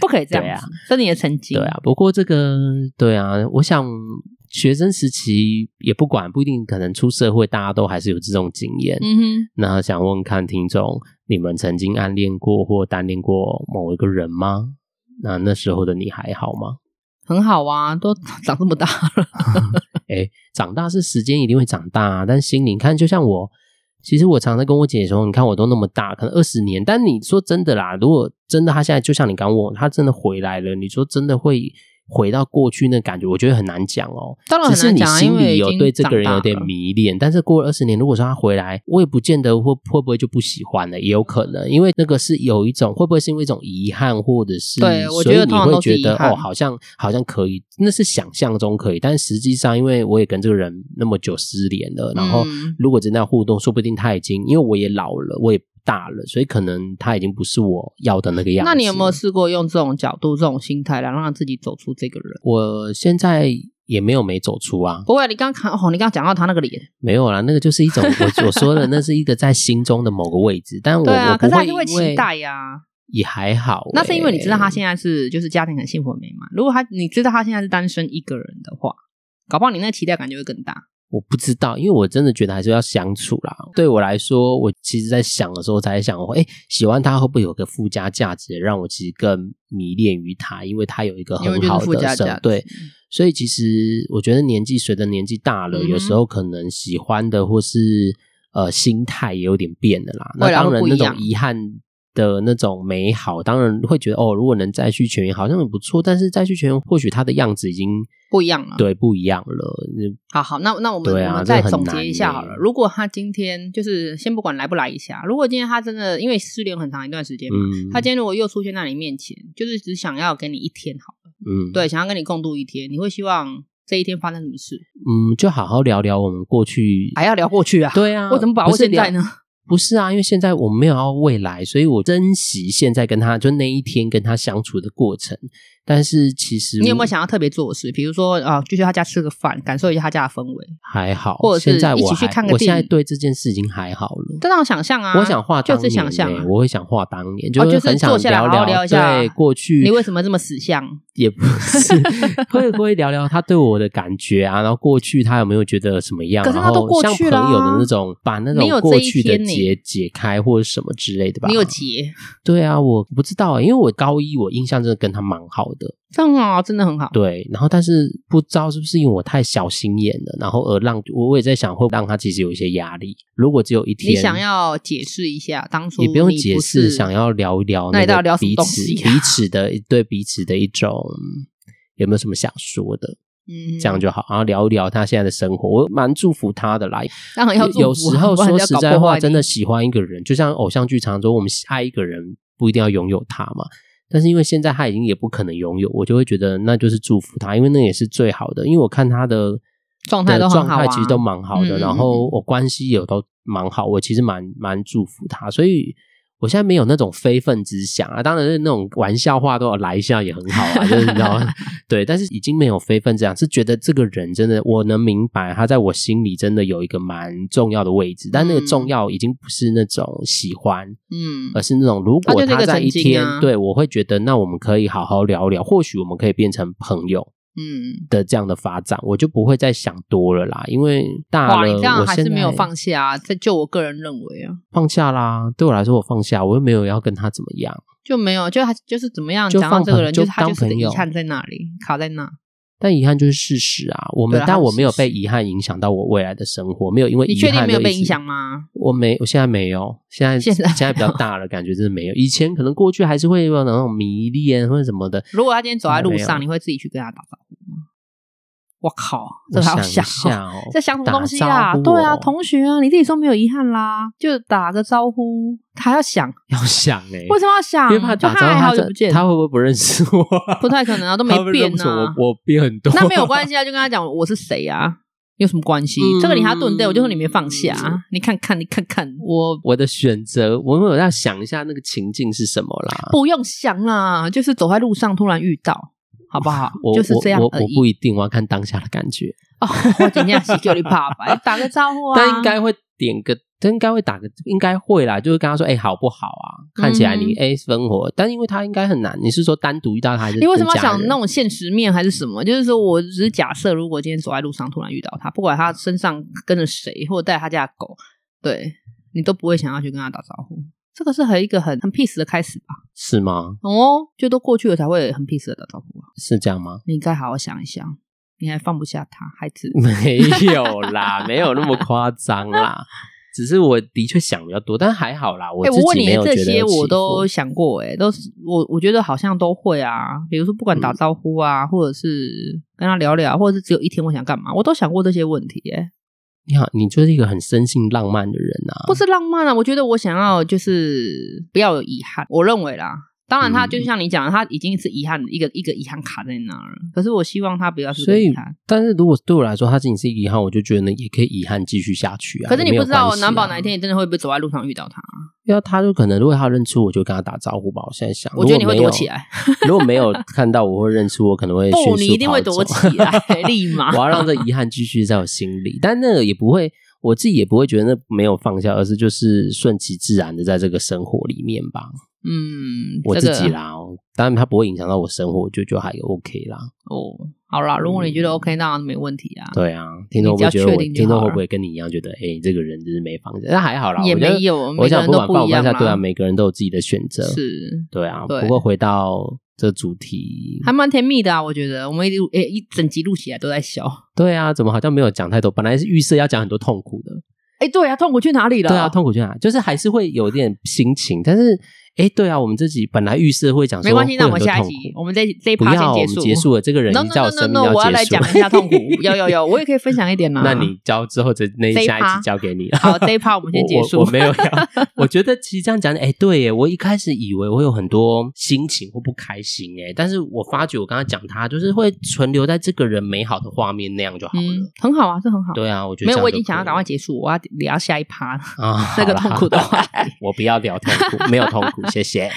[SPEAKER 2] 不可以这
[SPEAKER 1] 对啊
[SPEAKER 2] 样子，这是你的曾经。
[SPEAKER 1] 对啊，不过这个对啊，我想学生时期也不管，不一定可能出社会，大家都还是有这种经验。
[SPEAKER 2] 嗯哼，
[SPEAKER 1] 那想问问看听众，你们曾经暗恋过或单恋过某一个人吗？那那时候的你还好吗？
[SPEAKER 2] 很好啊，都长这么大了，
[SPEAKER 1] 哎，长大是时间一定会长大、啊，但心灵看，就像我，其实我常常跟我姐说，你看我都那么大，可能二十年，但你说真的啦，如果真的他现在就像你刚问我，他真的回来了，你说真的会回到过去那感觉，我觉得很难讲哦。
[SPEAKER 2] 当然
[SPEAKER 1] 只
[SPEAKER 2] 很
[SPEAKER 1] 是
[SPEAKER 2] 难
[SPEAKER 1] 你
[SPEAKER 2] 讲啊，
[SPEAKER 1] 心
[SPEAKER 2] 因为
[SPEAKER 1] 里
[SPEAKER 2] 已
[SPEAKER 1] 有
[SPEAKER 2] 经
[SPEAKER 1] 对这个
[SPEAKER 2] 长
[SPEAKER 1] 人
[SPEAKER 2] 大
[SPEAKER 1] 有点
[SPEAKER 2] 了
[SPEAKER 1] 迷恋，但是过了二十年，如果说他回来，我也不见得会会不会就不喜欢了，也有可能，因为那个是有一种会不会是因为一种遗憾，或者是
[SPEAKER 2] 对我
[SPEAKER 1] 所以
[SPEAKER 2] 觉得
[SPEAKER 1] 你
[SPEAKER 2] 通常
[SPEAKER 1] 会
[SPEAKER 2] 都是
[SPEAKER 1] 觉
[SPEAKER 2] 遗
[SPEAKER 1] 得
[SPEAKER 2] 憾
[SPEAKER 1] 哦，好像好像可以，那是想象中可以，但实际上因为我也跟这个人那么久失联了，然后
[SPEAKER 2] 嗯
[SPEAKER 1] 如果真的要互动，说不定他已经因为我也老了，我也。大了，所以可能他已经不是我要的那个样子了。
[SPEAKER 2] 那你有没有试过用这种角度、这种心态来让自己走出这个人？
[SPEAKER 1] 我现在也没有没走出啊，
[SPEAKER 2] 不会啊，你刚看哦，你刚讲到他那个脸，
[SPEAKER 1] 没有啦，那个就是一
[SPEAKER 2] (laughs)
[SPEAKER 1] 种我我说的，那是一个在心中的某个位置，但我、
[SPEAKER 2] 对啊，
[SPEAKER 1] 我
[SPEAKER 2] 可
[SPEAKER 1] 不
[SPEAKER 2] 是还是
[SPEAKER 1] 因为
[SPEAKER 2] 会期待呀、
[SPEAKER 1] 也还好欸、
[SPEAKER 2] 那是因为你知道他现在是就是家庭很幸福很美满。如果他你知道他现在是单身一个人的话，搞不好你那个期待感就会更大。
[SPEAKER 1] 我不知道，因为我真的觉得还是要相处啦。对我来说，我其实在想的时候才想，我哎，喜欢他会不会有个附加价值，让我其实更迷恋于他，因为他有一个
[SPEAKER 2] 因为
[SPEAKER 1] 很
[SPEAKER 2] 就是
[SPEAKER 1] 好
[SPEAKER 2] 附
[SPEAKER 1] 的
[SPEAKER 2] 加
[SPEAKER 1] 生
[SPEAKER 2] 价值
[SPEAKER 1] 对。所以其实我觉得年纪随着年纪大了，
[SPEAKER 2] 嗯哼
[SPEAKER 1] 有时候可能喜欢的或是呃心态也有点变了啦。那
[SPEAKER 2] 未来会
[SPEAKER 1] 当然
[SPEAKER 2] 不一
[SPEAKER 1] 那种
[SPEAKER 2] 样
[SPEAKER 1] 遗憾。的那种美好，当然会觉得哦，如果能再续前缘，好像很不错。但是再续前缘，或许他的样子已经
[SPEAKER 2] 不一样了
[SPEAKER 1] 对不一样了。嗯
[SPEAKER 2] 好好，那那我们、
[SPEAKER 1] 对啊
[SPEAKER 2] 我们
[SPEAKER 1] 这
[SPEAKER 2] 再
[SPEAKER 1] 很
[SPEAKER 2] 总
[SPEAKER 1] 难
[SPEAKER 2] 结一下好
[SPEAKER 1] 欸
[SPEAKER 2] 了。如果他今天就是先不管来不来一下，如果今天他真的因为失联很长一段时间嘛，
[SPEAKER 1] 嗯，
[SPEAKER 2] 他今天如果又出现在你面前，就是只想要跟你一天好了，
[SPEAKER 1] 嗯，
[SPEAKER 2] 对，想要跟你共度一天，你会希望这一天发生什么事？
[SPEAKER 1] 嗯，就好好聊聊我们过去。
[SPEAKER 2] 还要聊过去啊？
[SPEAKER 1] 对啊，
[SPEAKER 2] 我怎么把握
[SPEAKER 1] 不是
[SPEAKER 2] 现在
[SPEAKER 1] 聊
[SPEAKER 2] 呢？
[SPEAKER 1] (laughs) 不是啊，因为现在我们没有要未来，所以我珍惜现在跟他就那一天跟他相处的过程。但是其实
[SPEAKER 2] 你有没有想要特别做的事？比如说啊，就去他家吃个饭，感受一下他家的氛围。
[SPEAKER 1] 还好，
[SPEAKER 2] 或者是
[SPEAKER 1] 现在
[SPEAKER 2] 一
[SPEAKER 1] 我
[SPEAKER 2] 起去
[SPEAKER 1] 还
[SPEAKER 2] 看个
[SPEAKER 1] 我现
[SPEAKER 2] 电
[SPEAKER 1] 在
[SPEAKER 2] 影
[SPEAKER 1] 对这件事情还好了。
[SPEAKER 2] 这让我想象啊，
[SPEAKER 1] 我想画当
[SPEAKER 2] 就
[SPEAKER 1] 年、
[SPEAKER 2] 是想象、啊
[SPEAKER 1] 欸，我会想画当年，
[SPEAKER 2] 哦
[SPEAKER 1] 会
[SPEAKER 2] 就是
[SPEAKER 1] 很想
[SPEAKER 2] 坐下来好好
[SPEAKER 1] 聊
[SPEAKER 2] 聊一下
[SPEAKER 1] 对过去
[SPEAKER 2] 你为什么这么死相？
[SPEAKER 1] 也不
[SPEAKER 2] (laughs)
[SPEAKER 1] 是会会聊聊他对我的感觉啊，然后过去他有没有觉得什么样，
[SPEAKER 2] 可是
[SPEAKER 1] 然
[SPEAKER 2] 他都
[SPEAKER 1] 后
[SPEAKER 2] 过
[SPEAKER 1] 像
[SPEAKER 2] 去
[SPEAKER 1] 朋
[SPEAKER 2] 了啊
[SPEAKER 1] 友的那种，把那
[SPEAKER 2] 你有
[SPEAKER 1] 种过
[SPEAKER 2] 这一
[SPEAKER 1] 去的
[SPEAKER 2] 天呢
[SPEAKER 1] 结解开或者什么之类的吧。
[SPEAKER 2] 你有结，
[SPEAKER 1] 对啊，我不知道欸、因为我高一我印象真的跟他蛮好的，
[SPEAKER 2] 这样啊，真的很好。
[SPEAKER 1] 对，然后但是不知道是不是因为我太小心眼了，然后而让我我也在想会让他其实有一些压力。如果只有一天，
[SPEAKER 2] 你想要解释一下当初
[SPEAKER 1] 也不用
[SPEAKER 2] 你
[SPEAKER 1] 解
[SPEAKER 2] 是
[SPEAKER 1] 释，想要聊一聊
[SPEAKER 2] 那你到
[SPEAKER 1] 个
[SPEAKER 2] 底聊什么
[SPEAKER 1] 彼
[SPEAKER 2] 东
[SPEAKER 1] 此
[SPEAKER 2] 西啊
[SPEAKER 1] 彼此的对彼此的一种有没有什么想说的，
[SPEAKER 2] 嗯
[SPEAKER 1] 这样就好，然后聊一聊他现在的生活，我蛮祝福他的啦。
[SPEAKER 2] 当然要祝福啊
[SPEAKER 1] 有有时候
[SPEAKER 2] 不然
[SPEAKER 1] 说
[SPEAKER 2] 人
[SPEAKER 1] 实
[SPEAKER 2] 家搞
[SPEAKER 1] 在
[SPEAKER 2] 破
[SPEAKER 1] 话，
[SPEAKER 2] 坏
[SPEAKER 1] 真
[SPEAKER 2] 你
[SPEAKER 1] 的喜欢一个人，就像偶像剧常说，我们爱一个人不一定要拥有他嘛。但是因为现在他已经也不可能拥有，我就会觉得那就是祝福他，因为那也是最好的。因为我看他的
[SPEAKER 2] 状态都
[SPEAKER 1] 的
[SPEAKER 2] 很
[SPEAKER 1] 状
[SPEAKER 2] 好啊
[SPEAKER 1] 态其实都蛮好的，
[SPEAKER 2] 嗯嗯
[SPEAKER 1] 然后我关系也都蛮好，我其实蛮蛮祝福他，所以。我现在没有那种非分之想啊，当然是那种玩笑话都要来一下也很好啊，就是你知
[SPEAKER 2] (laughs)
[SPEAKER 1] 道，对，但是已经没有非分之想，是觉得这个人真的，我能明白他在我心里真的有一个蛮重要的位置，但那个
[SPEAKER 2] 嗯
[SPEAKER 1] 重要已经不是那种喜欢，
[SPEAKER 2] 嗯
[SPEAKER 1] 而是那种如
[SPEAKER 2] 他
[SPEAKER 1] 果
[SPEAKER 2] 就是一
[SPEAKER 1] 他
[SPEAKER 2] 个
[SPEAKER 1] 在
[SPEAKER 2] 曾
[SPEAKER 1] 一
[SPEAKER 2] 经
[SPEAKER 1] 天，
[SPEAKER 2] 啊
[SPEAKER 1] 对我会觉得那我们可以好好聊聊，或许我们可以变成朋友，
[SPEAKER 2] 嗯，
[SPEAKER 1] 的这样的发展，我就不会再想多了啦，因为大
[SPEAKER 2] 哇，
[SPEAKER 1] 了，
[SPEAKER 2] 你这样
[SPEAKER 1] 我
[SPEAKER 2] 还
[SPEAKER 1] 现
[SPEAKER 2] 是没有
[SPEAKER 1] 在
[SPEAKER 2] 放下啊，这就我个人认为啊，
[SPEAKER 1] 放下啦。对我来说，我放下，我又没有要跟他怎么样。
[SPEAKER 2] 就没有，就还就是怎么样
[SPEAKER 1] 就
[SPEAKER 2] 讲到
[SPEAKER 1] 放
[SPEAKER 2] 这个
[SPEAKER 1] 朋
[SPEAKER 2] 人，
[SPEAKER 1] 就
[SPEAKER 2] 就是他
[SPEAKER 1] 当
[SPEAKER 2] 就是个
[SPEAKER 1] 朋
[SPEAKER 2] 遗
[SPEAKER 1] 友
[SPEAKER 2] 憾在那里，卡在那。
[SPEAKER 1] 但遗憾就是事实啊，我
[SPEAKER 2] 对
[SPEAKER 1] 们
[SPEAKER 2] 啊它
[SPEAKER 1] 但
[SPEAKER 2] 是
[SPEAKER 1] 我没有
[SPEAKER 2] 事
[SPEAKER 1] 被
[SPEAKER 2] 实
[SPEAKER 1] 遗憾影响到我未来的生活，没有因为
[SPEAKER 2] 你
[SPEAKER 1] 遗
[SPEAKER 2] 确定
[SPEAKER 1] 憾
[SPEAKER 2] 没有
[SPEAKER 1] 就
[SPEAKER 2] 被
[SPEAKER 1] 一
[SPEAKER 2] 影
[SPEAKER 1] 直
[SPEAKER 2] 响？吗？
[SPEAKER 1] 我没，我现在没有，现在
[SPEAKER 2] 现在
[SPEAKER 1] 比较大了，感觉真的没有。以前可能过去还是会有那种迷恋或者什么的，
[SPEAKER 2] 如果他今天走在路
[SPEAKER 1] 哎没有
[SPEAKER 2] 上，你会自己去跟他打招呼吗？我靠，这
[SPEAKER 1] 我想
[SPEAKER 2] 还要
[SPEAKER 1] 一
[SPEAKER 2] 想哦 (laughs)
[SPEAKER 1] 下哦，
[SPEAKER 2] 在想什么
[SPEAKER 1] 打
[SPEAKER 2] 东西啊？
[SPEAKER 1] 招呼
[SPEAKER 2] 对啊，
[SPEAKER 1] 哦
[SPEAKER 2] 同学啊，你自己说没有遗憾啦，就打个招呼，他还要想，
[SPEAKER 1] 要想哎、
[SPEAKER 2] 为什么要想？
[SPEAKER 1] 因为怕
[SPEAKER 2] 就
[SPEAKER 1] 打招
[SPEAKER 2] 嗨好
[SPEAKER 1] 呼
[SPEAKER 2] 久
[SPEAKER 1] 他
[SPEAKER 2] 不见，
[SPEAKER 1] 他会不会不认识我？
[SPEAKER 2] (laughs) 不太可能啊，都没
[SPEAKER 1] (laughs) 他会不会认
[SPEAKER 2] 变
[SPEAKER 1] 不出
[SPEAKER 2] 啊。
[SPEAKER 1] 我我变很多，
[SPEAKER 2] 那没有关系啊，就跟他讲我是谁啊，有什么关系？
[SPEAKER 1] 嗯
[SPEAKER 2] 这个你还要对对，我就说你没放下啊，你看看，你看看，
[SPEAKER 1] 我我的选择，我有要想一下那个情境是什么啦。
[SPEAKER 2] 不用想啦，就是走在路上突然遇到，好不好？
[SPEAKER 1] 我
[SPEAKER 2] 就是这样
[SPEAKER 1] 我我
[SPEAKER 2] 而
[SPEAKER 1] 我
[SPEAKER 2] 已。
[SPEAKER 1] 不一定，我要看当下的感觉，
[SPEAKER 2] 哦，我今天是叫你爸爸，打个招呼啊。
[SPEAKER 1] 但应该会点个，但应该会打个，应该会啦，就是跟他说，哎、好不好啊？看起来你
[SPEAKER 2] 嗯
[SPEAKER 1] 哎、生活，但因为他应该很难，你是说单独遇到他还是？
[SPEAKER 2] 你为什么要想那？种现实面还是什么？就是说我只是假设，如果今天走在路上突然遇到他，不管他身上跟着谁，或者带他家的狗，对你都不会想要去跟他打招呼。这个是很一个很很 peace 的开始吧？
[SPEAKER 1] 是吗？
[SPEAKER 2] 哦，就都过去了才会很 peace 的打招呼啊。
[SPEAKER 1] 是这样吗？ (laughs)
[SPEAKER 2] 你应该好好想一想，你还放不下他，孩子。
[SPEAKER 1] 没有
[SPEAKER 2] (laughs)
[SPEAKER 1] 啦，没有那么夸张啦。只是我的确想比较多，但还好啦。我
[SPEAKER 2] 哎、
[SPEAKER 1] 自
[SPEAKER 2] 我问
[SPEAKER 1] 己
[SPEAKER 2] 你
[SPEAKER 1] 没有
[SPEAKER 2] 这
[SPEAKER 1] 觉得
[SPEAKER 2] 些
[SPEAKER 1] 有起
[SPEAKER 2] 我都
[SPEAKER 1] 伏
[SPEAKER 2] 想过、哎，都是我我觉得好像都会啊。比如说，不管
[SPEAKER 1] 嗯
[SPEAKER 2] 打招呼啊，或者是跟他聊聊，或者是只有一天我想干嘛，我都想过这些问题、哎，
[SPEAKER 1] 你好，你就是一个很生性浪漫的人啊。
[SPEAKER 2] 不是浪漫啊，我觉得我想要就是不要有遗憾，我认为啦。当然，他就
[SPEAKER 1] 嗯
[SPEAKER 2] 像你讲的，他已经是遗憾，一个一个遗憾卡在那儿了。可是我希望他不要是
[SPEAKER 1] 所
[SPEAKER 2] 个遗
[SPEAKER 1] 以
[SPEAKER 2] 憾。，
[SPEAKER 1] 但是如果对我来说，它仅仅是一个遗憾，我就觉得呢，也可以遗憾继续下去啊。
[SPEAKER 2] 可是你
[SPEAKER 1] 也没有
[SPEAKER 2] 不知道，
[SPEAKER 1] 关系啊
[SPEAKER 2] 难保哪一天，你真的会不会走在路上遇到他？
[SPEAKER 1] 要他就可能如果他认出我，就跟他打招呼吧。我现在想，
[SPEAKER 2] 我觉得你会
[SPEAKER 1] 如果没有
[SPEAKER 2] 躲起来。
[SPEAKER 1] 如果没有看到我会认出我，可能会迅速
[SPEAKER 2] 哦不，你一定会
[SPEAKER 1] 跑走
[SPEAKER 2] 躲
[SPEAKER 1] (laughs)
[SPEAKER 2] 起来，立马。
[SPEAKER 1] 我要让这遗憾继续在我心里，但那个也不会，我自己也不会觉得那没有放下，而是就是顺其自然的在这个生活里面吧。
[SPEAKER 2] 嗯，
[SPEAKER 1] 我
[SPEAKER 2] 这
[SPEAKER 1] 自
[SPEAKER 2] 个
[SPEAKER 1] 己啦，当然它不会影响到我生活，我就就还 OK 啦。
[SPEAKER 2] 哦，好啦，如果你觉得 OK，那没问题啊。
[SPEAKER 1] 嗯对啊，听众会
[SPEAKER 2] 你
[SPEAKER 1] 不
[SPEAKER 2] 只要
[SPEAKER 1] 会觉得
[SPEAKER 2] 确
[SPEAKER 1] 我
[SPEAKER 2] 定就
[SPEAKER 1] 听众
[SPEAKER 2] 好
[SPEAKER 1] 会
[SPEAKER 2] 了
[SPEAKER 1] 不会跟你一样觉得，哎、这个人就是没放下？但还好啦，
[SPEAKER 2] 也
[SPEAKER 1] 我觉得
[SPEAKER 2] 没有
[SPEAKER 1] 我想
[SPEAKER 2] 每个人
[SPEAKER 1] 不管
[SPEAKER 2] 都不
[SPEAKER 1] 放放
[SPEAKER 2] 一样
[SPEAKER 1] 下，
[SPEAKER 2] 啦
[SPEAKER 1] 对啊，每个人都有自己的选择，
[SPEAKER 2] 是，
[SPEAKER 1] 对啊。
[SPEAKER 2] 对
[SPEAKER 1] 不过回到这主题，
[SPEAKER 2] 还蛮甜蜜的啊，我觉得我们一路诶一整集录起来都在笑。
[SPEAKER 1] 对啊，怎么好像没有讲太多？本来是预设要讲很多痛苦的，
[SPEAKER 2] 哎，对啊，痛苦去哪里了？
[SPEAKER 1] 对啊，痛苦就哪？就是还是会有点心情，但是哎，对啊，我们自己本来预设会讲说
[SPEAKER 2] 没关系，那我
[SPEAKER 1] 会
[SPEAKER 2] 们
[SPEAKER 1] 有
[SPEAKER 2] 下
[SPEAKER 1] 很
[SPEAKER 2] 一
[SPEAKER 1] 多痛
[SPEAKER 2] 集
[SPEAKER 1] 苦，
[SPEAKER 2] 我们这这一
[SPEAKER 1] 不
[SPEAKER 2] 趴
[SPEAKER 1] 要
[SPEAKER 2] 先
[SPEAKER 1] 我
[SPEAKER 2] 结
[SPEAKER 1] 们
[SPEAKER 2] 束。
[SPEAKER 1] 结束了，这个人
[SPEAKER 2] No
[SPEAKER 1] 已经
[SPEAKER 2] no
[SPEAKER 1] 在我
[SPEAKER 2] no no
[SPEAKER 1] 生命
[SPEAKER 2] no，我要来
[SPEAKER 1] 结
[SPEAKER 2] 讲
[SPEAKER 1] 束。
[SPEAKER 2] 一下痛苦，
[SPEAKER 1] (laughs)
[SPEAKER 2] 有有有，我也可以分享一点呢。
[SPEAKER 1] 那你交之后，这那
[SPEAKER 2] 这一
[SPEAKER 1] 下一
[SPEAKER 2] 趴
[SPEAKER 1] 集交给你。
[SPEAKER 2] 好，这一趴我们先结
[SPEAKER 1] 我我
[SPEAKER 2] 束
[SPEAKER 1] 我。没有
[SPEAKER 2] (laughs)
[SPEAKER 1] 要，我觉得其实这样讲，哎、对耶，我一开始以为我有很多心情或不开心，哎，但是我发觉我刚刚讲它，就是会存留在这个人美好的画面那样就好了。
[SPEAKER 2] 嗯，很好啊，这很好。
[SPEAKER 1] 对啊，我觉得
[SPEAKER 2] 没有，
[SPEAKER 1] 这样
[SPEAKER 2] 我已经
[SPEAKER 1] 就可
[SPEAKER 2] 想要
[SPEAKER 1] 以
[SPEAKER 2] 赶快结束，我要聊下一趴了。
[SPEAKER 1] 啊，
[SPEAKER 2] (laughs)
[SPEAKER 1] (laughs)
[SPEAKER 2] 那个
[SPEAKER 1] 好啦
[SPEAKER 2] 痛苦的话，
[SPEAKER 1] 我不要聊痛苦，没有痛苦，谢谢。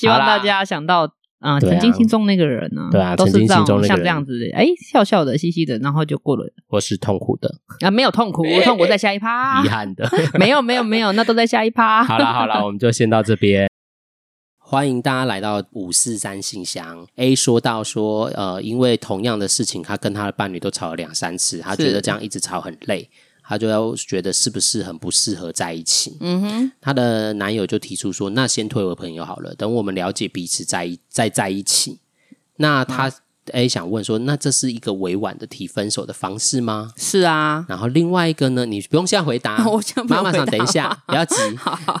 [SPEAKER 2] 希望
[SPEAKER 1] 好啦
[SPEAKER 2] 大家想到啊、
[SPEAKER 1] 对啊
[SPEAKER 2] 曾经心中那个人呢、
[SPEAKER 1] 对啊
[SPEAKER 2] 都是
[SPEAKER 1] 曾经
[SPEAKER 2] 这
[SPEAKER 1] 心中那个
[SPEAKER 2] 种像
[SPEAKER 1] 人
[SPEAKER 2] 这样子的，哎，笑笑的、嘻嘻的，然后就过了
[SPEAKER 1] 或是痛苦
[SPEAKER 2] (laughs)
[SPEAKER 1] 的、
[SPEAKER 2] 啊，没有痛苦，痛苦在下一
[SPEAKER 1] (laughs)
[SPEAKER 2] 趴
[SPEAKER 1] 遗，憾的。
[SPEAKER 2] 没有没有没有，那都在下一
[SPEAKER 1] (laughs)
[SPEAKER 2] 趴。
[SPEAKER 1] 好啦好啦，我们就先到这边。欢迎大家来到五四三信箱。A 说到说，呃，因为同样的事情，他跟他的伴侣都吵了两三次，他觉
[SPEAKER 2] 是
[SPEAKER 1] 得这样一直吵很累，他就要觉得是不是很不适合在一起。
[SPEAKER 2] 嗯哼，
[SPEAKER 1] 她的男友就提出说：“那先退为朋友好了，等我们了解彼此再一再在一起。”那她诶想问说：“那这是一个委婉的提分手的方式吗
[SPEAKER 2] 是啊？”，，
[SPEAKER 1] 然后另外一个呢，你不用现在回答 (laughs)
[SPEAKER 2] (laughs) 我想不
[SPEAKER 1] 啊妈妈
[SPEAKER 2] 回
[SPEAKER 1] 想
[SPEAKER 2] 答
[SPEAKER 1] 等一下，不要急。